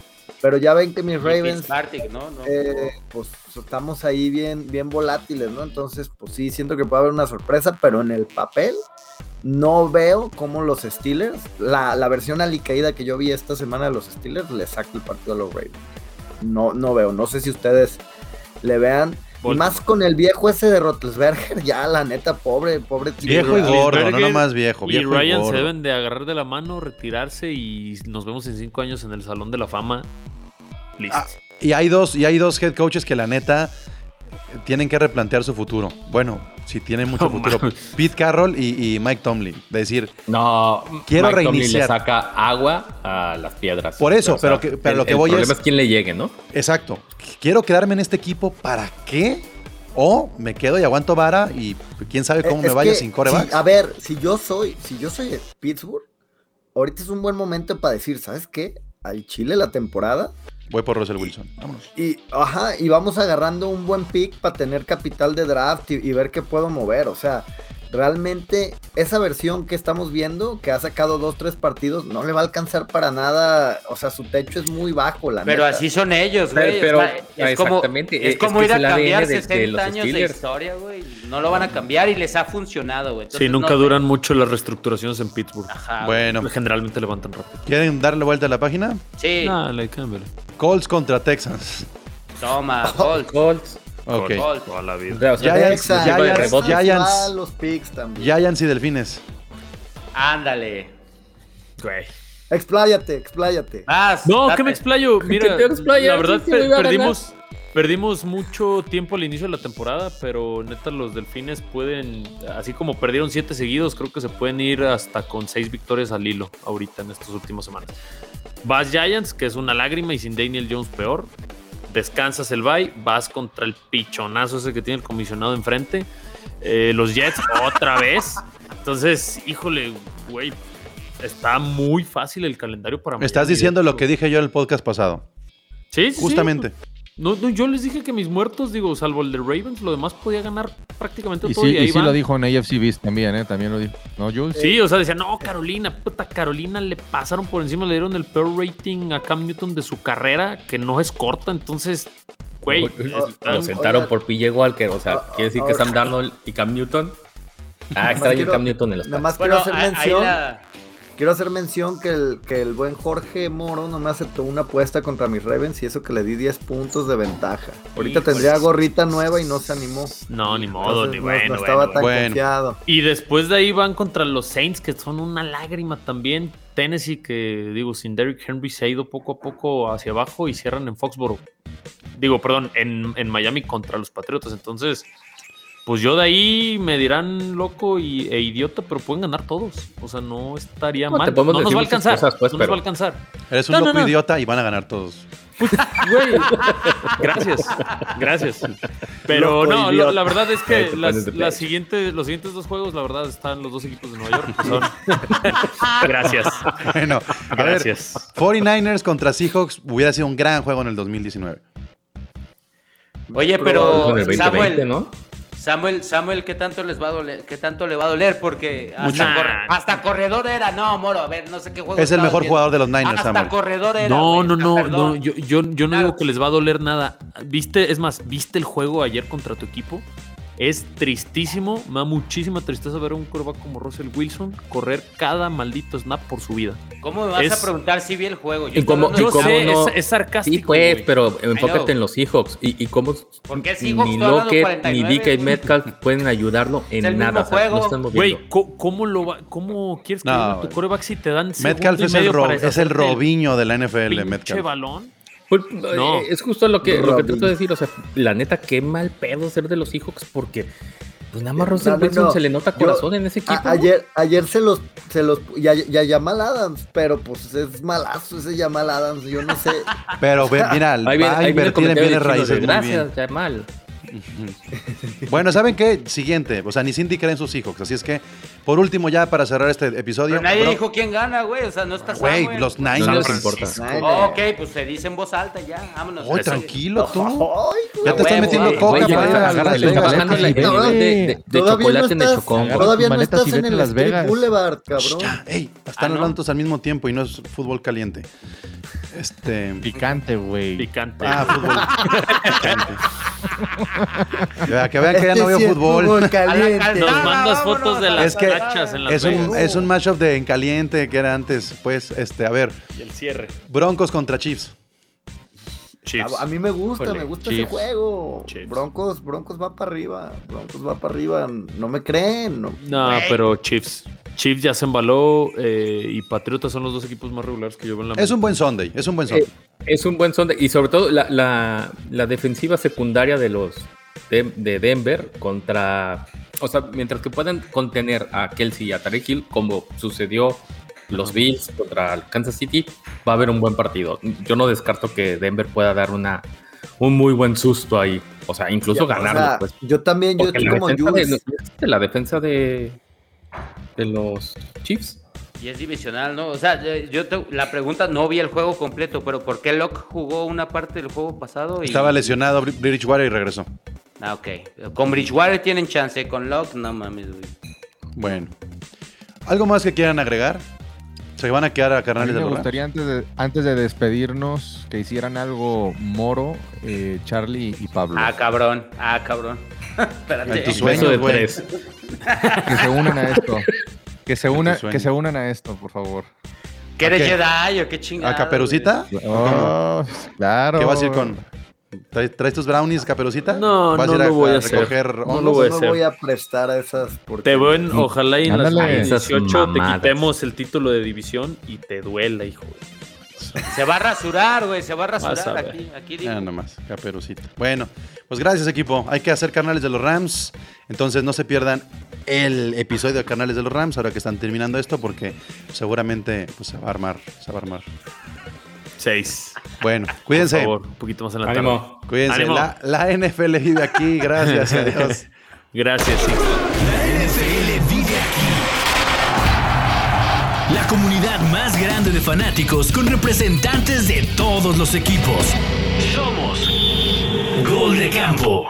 E: Pero ya ven que mis Ravens
F: Arctic, ¿no? No,
E: eh, pues estamos ahí bien, bien volátiles, ¿no? Entonces, pues sí, siento que puede haber una sorpresa, pero en el papel no veo cómo los Steelers, la, la versión alicaída que yo vi esta semana de los Steelers, le saca el partido a los Ravens. No, no veo, no sé si ustedes le vean. Y
B: Baltimore.
E: más con el viejo ese de Rotlesberger, ya la neta, pobre, pobre tío.
A: Viejo y
E: Ya.
A: gordo, no
B: Roethlisberger
A: nomás viejo.
B: Y
A: viejo
B: Ryan se
A: gordo.
B: deben de agarrar de la mano, retirarse y nos vemos en cinco años en el Salón de la Fama. Listo.
A: Ah, Y hay dos, y hay dos head coaches que la neta tienen que replantear su futuro. Bueno, si tienen mucho
B: No
A: futuro.
B: mames.
A: Pete Carroll y, y Mike Tomlin. Decir,
G: No,
A: Quiero
G: Mike Tomlin
A: reiniciar.
G: le saca agua a las piedras.
A: Por eso, pero que- pero
G: el-
A: lo que
G: el
A: voy
G: problema
A: es-
G: es quién le llegue, ¿no?
A: exacto, quiero quedarme en este equipo, ¿para qué? O me quedo y aguanto vara y quién sabe cómo
E: Eh,
A: me
E: es
A: vaya
E: que,
A: sin coreback.
E: si- a ver, si yo soy, si yo soy de Pittsburgh, ahorita es un buen momento para decir, ¿sabes qué? Al Chile la temporada
A: Voy por Russell Wilson. Vámonos.
E: Y, ajá, y vamos agarrando un buen pick para tener capital de draft y, y ver qué puedo mover. O sea, realmente esa versión que estamos viendo, que ha sacado dos, tres partidos, no le va a alcanzar para nada. O sea, su techo es muy bajo, la
F: Pero
E: neta.
F: así son ellos, güey.
G: Pero-
F: Está-
G: pero-
F: es como,
G: exactamente,
F: es
G: es
F: como
G: que
F: ir
G: es
F: a
G: el ADN de-
F: cambiar
G: de
F: 60
G: los
F: años
G: Steelers.
F: de historia, güey. No lo van a cambiar y les ha funcionado, güey.
B: sí,
F: Entonces,
B: nunca
F: no-
B: duran mucho las reestructuraciones en Pittsburgh.
F: Ajá, güey.
A: Bueno,
B: Generalmente levantan rápido.
A: ¿quieren darle vuelta a la página?
F: Sí,
B: Dale, cámbiale.
A: Colts contra Texans.
F: toma, Colts.
G: Colts.
A: Ok.
F: Colts.
B: Toda la vida.
G: o sea,
A: Giants,
G: Texas,
E: Texas,
A: Giants,
G: lleva de
E: Texas
G: rebote.
A: Giants.
E: va a los picks también.
A: Giants y Delfines.
F: Ándale.
B: Güey.
E: Expláyate, expláyate.
F: Vas,
B: No,
F: date.
B: que me explayo. Mira,
G: Ah, eh, te explayas?
B: la verdad
G: Sí, sí, me
B: per-
G: iba a
B: perdimos, perdimos mucho tiempo al inicio de la temporada, pero neta los delfines pueden, así como perdieron siete seguidos, creo que se pueden ir hasta con seis victorias al hilo ahorita en estas últimas semanas. Vas Giants, que es una lágrima y sin Daniel Jones peor. Descansas el bye, vas contra el pichonazo ese que tiene el comisionado enfrente. Eh, los Jets otra vez. Entonces, híjole, güey, está muy fácil el calendario para
A: Estás
B: Miami, de
A: diciendo lo
B: hecho.
A: que dije yo en el podcast pasado.
B: Sí, sí, sí.
A: Justamente.
B: No, no, yo les dije que mis muertos, digo, salvo el de Ravens, lo demás podía ganar prácticamente
H: Y
B: todo.
H: sí,
B: ahí
H: y sí
B: van.
H: lo dijo en AFC Beast también, ¿eh? También lo dijo. No, yo
B: Sí, o sea, decía, no, Carolina, puta Carolina, le pasaron por encima, le dieron el peor rating a Cam Newton de su carrera, que no es corta, entonces, güey.
G: Lo sentaron
E: Oigan.
G: por PJ Walker. O sea,
E: Ah,
G: quiere decir que
E: ahora-
G: Sam Darnold y Cam Newton. Ah, extraño
E: quiero-
G: Cam Newton en los Pats.
E: Nada más
F: Bueno,
E: quiero
F: ahí-
E: hacer
F: ahí
E: mención.
F: la-
E: Quiero hacer mención que el, que el buen Jorge Moro no me aceptó una apuesta contra mis Ravens y eso que le di 10 puntos de ventaja. Ahorita
B: Híjole.
E: tendría gorrita nueva y no se animó.
B: No, ni modo,
E: Entonces,
B: ni
E: no-
B: bueno,
E: no
B: bueno,
E: estaba
B: bueno.
E: tan
A: bueno.
E: confiado.
B: Y después de ahí van contra los Saints, que son una lágrima también. Tennessee, que digo, sin Derrick Henry se ha ido poco a poco hacia abajo y cierran en Foxboro. Digo, perdón, en, en Miami contra los Patriotas. Entonces, pues yo de ahí me dirán loco y, e idiota, pero pueden ganar todos. O sea, no estaría
G: Bueno, te
B: mal. No
G: podemos
B: nos
G: decir
B: va a
G: muchas
B: alcanzar.
G: cosas, pues,
B: no nos
G: pero-
B: va a alcanzar.
A: Eres un
B: No, no,
A: loco
B: no.
A: idiota y van a ganar todos.
B: Güey, gracias, gracias. Pero
E: Loco
B: no,
E: idiota.
B: la, la verdad es
G: Ahí
B: que
G: te
B: las,
G: pones de
B: las
G: pecho.
B: siguientes, los siguientes dos juegos, la verdad, están los dos equipos de Nueva York. que son- gracias,
A: Bueno, a ver,
B: gracias.
A: 49ers contra Seahawks hubiera sido un gran juego en el 2019.
F: Oye,
G: Con
F: pero
G: el 2020,
F: Samuel,
G: ¿no?
F: Samuel, Samuel, ¿qué tanto les va a doler? ¿Qué tanto le va a doler? Porque
B: Mucho.
F: hasta, corre- hasta corredor era, no, moro, a ver, no sé qué juego.
A: Es el
F: estabas
A: mejor
F: viendo.
A: jugador de los Niners,
F: Hasta
A: Samuel.
F: corredor era.
B: No,
F: güey,
B: no, no, no.
F: perdón.
B: Yo, yo, yo no
F: Claro.
B: digo que les va a doler nada. Viste, es más, viste el juego ayer contra tu equipo. Es tristísimo, me da muchísima tristeza ver a un coreback como Russell Wilson correr cada maldito snap por su vida.
F: ¿Cómo me vas
B: es-
F: a preguntar si vi el juego?
G: Y cómo-
F: estoy
G: y
F: hablando-
B: Yo
G: cómo
B: sé,
G: no-
B: es, es sarcástico.
G: Sí, pues,
B: güey.
G: pero
F: I know.
G: enfócate en los Seahawks y, y cómo
F: ¿Por qué Seahawks
G: ni
F: no ha dado
G: Lockett ni
F: 49,
G: DK
F: güey?
G: Metcalf pueden ayudarlo en
F: Es el
G: nada.
F: mismo
G: o sea,
F: juego.
G: no están moviendo.
B: Güey, co- ¿cómo, lo va- ¿cómo quieres que
A: No,
B: lleve tu
A: güey.
B: coreback si te dan segundo
A: Metcalf
B: y
A: es el,
B: medio
A: ro-
B: para
A: es el
B: deshacerte del
A: Robiño de la NFL,
B: pinche
A: Metcalf.
B: balón?
G: Pues,
B: No.
G: eh, es justo lo que, lo que
E: Robin.
G: trato de decir. O sea, la neta, qué mal pedo ser de los Seahawks porque pues
A: Eh,
G: nada más Russell
E: No, no,
G: Wilson
E: no.
G: se le nota
E: Yo-
G: corazón en ese equipo.
E: A- ayer, ayer se los, se los, y a, y a Jamal Adams, pero pues es malazo ese Jamal Adams, yo no sé.
A: Pero ve- mira,
G: Ahí viene-
A: va a
G: ahí viene el
A: invertir en
G: comentario
A: bienes
G: de Chino de,
A: raíces. muy bien.
G: Gracias, Jamal.
A: Bueno, ¿saben qué? Siguiente. O sea, ni Cindy cree en sus Seahawks. Así es que, por último, ya para cerrar este episodio.
F: Pero nadie
A: bro-
F: dijo quién gana, güey. O sea, no está
A: Güey,
F: Samuel.
A: los
G: No, les
A: Niners.
G: importa.
E: Ay,
F: Ok, pues se dice en voz alta ya. Vámonos.
A: Oye,
F: Eso.
A: tranquilo tú.
E: güey.
A: Ya te estás
F: Huevo,
A: metiendo
F: güey.
A: coca
G: Güey, ya
A: para
G: le
A: ir
G: está
A: a
G: bajando-
A: Las
G: le está
A: Vegas.
G: bajando la-
A: tranquilo.
E: cabrón.
G: de- de- de
E: Todavía no
G: chocolate en el
E: estás-
G: chocón.
E: Todavía no
H: Maletas y
E: estás en
H: vete
E: el
H: a Las
E: Street
H: Vegas.
E: Boulevard, cabrón.
A: Ya, ey, están
F: Ah, ¿no?
A: hablando todos al mismo tiempo y no es fútbol caliente. Este.
H: Picante, güey.
B: Picante.
A: Ah, fútbol. Picante. Ya, que vean que ya no
E: Este
A: veo
E: sí es
A: fútbol.
E: caliente.
F: A la
B: Nos
F: Ah, vámonos
B: mandas fotos de
F: a
B: las
A: la que-
B: tachas en las
A: Es
B: Vegas.
A: un, es un matchup de en caliente que era antes. Pues, este, a ver,
B: Y el cierre.
A: Broncos contra Chiefs.
B: Chiefs.
E: A, a mí me gusta, me gusta
G: Chiefs.
E: ese juego.
B: Chiefs.
E: Broncos, Broncos va para arriba. Broncos va para arriba. No me creen. no.
B: No,
F: Güey.
B: pero Chiefs. Chiefs ya se embaló eh, y Patriotas son los dos equipos más regulares que yo veo en la
A: Es un buen Sunday, es un buen Sunday.
G: Eh, Es un buen sonde. Y sobre todo la, la- la defensiva secundaria de los de, de Denver contra. O sea, mientras que puedan contener a Kelsey y a Tarek Hill, como sucedió los Bills contra el Kansas City, va a haber un buen partido. Yo no descarto que Denver pueda dar una un muy buen susto ahí. O sea, incluso
E: O sea,
G: ganarlo. pues.
E: Yo también, yo
G: Porque
E: estoy
G: la
E: como
G: defensa, de,
E: Jules.
G: de la defensa de, de los Chiefs.
F: Y es divisional, ¿no? O sea, eh, yo te- la pregunta, no vi el juego completo, pero ¿por qué Locke jugó una parte del juego pasado? Y...
A: Estaba lesionado Bri- Bridgewater y regresó.
F: Ah, ok. Con Bridgewater tienen chance, con Locke, no mames, güey.
A: Bueno. ¿Algo más que quieran agregar? ¿Se van a quedar a
H: A mí
A: carnales de
H: me
A: los
H: gustaría antes de, antes de despedirnos que hicieran algo Moro, eh, Charlie y Pablo.
F: Ah, cabrón, ah, cabrón. Espérate.
A: En tus
G: Beso
A: sueños,
G: de
A: güey.
G: tres.
H: Que se unan a esto. Que se, una,
A: sueño.
H: que se unan a esto, por favor.
F: ¿Qué eres
A: ¿A qué?
F: Jedi o qué chingada?
A: ¿A Caperucita?
H: Oh, claro.
A: ¿Qué vas a ir con? ¿Traes, traes tus brownies, Caperucita?
B: No,
A: ¿Vas
B: no
A: ir a,
B: lo voy a hacer.
A: recoger
B: No
A: hongos?
B: lo voy a
E: no
B: hacer.
E: voy a prestar a esas. porque-
B: Te veo en, ojalá y en
H: Ándale.
B: las
G: Esas
B: 18 te
G: mamadas.
B: quitemos el título de división y te duela, hijo.
F: Se va a rasurar, güey, se va a
B: Vas a
F: rasurar
B: ver.
F: aquí, aquí digo.
A: Ah, nomás, Caperucita. Bueno, pues gracias, equipo. Hay que hacer carnales de los Rams. Entonces no se pierdan el episodio de carnales de los Rams ahora que están terminando esto porque seguramente pues, se va a armar, se va a armar.
B: 6.
A: Bueno,
B: Por
A: cuídense.
B: favor, un poquito más en la tarde.
G: Ánimo.
A: Cuídense.
B: Ánimo.
A: La, la NFL vive aquí. Gracias. Adiós.
B: Gracias. sí.
D: La NFL vive aquí. La comunidad más grande de fanáticos con representantes de todos los equipos. Somos Gol de Campo.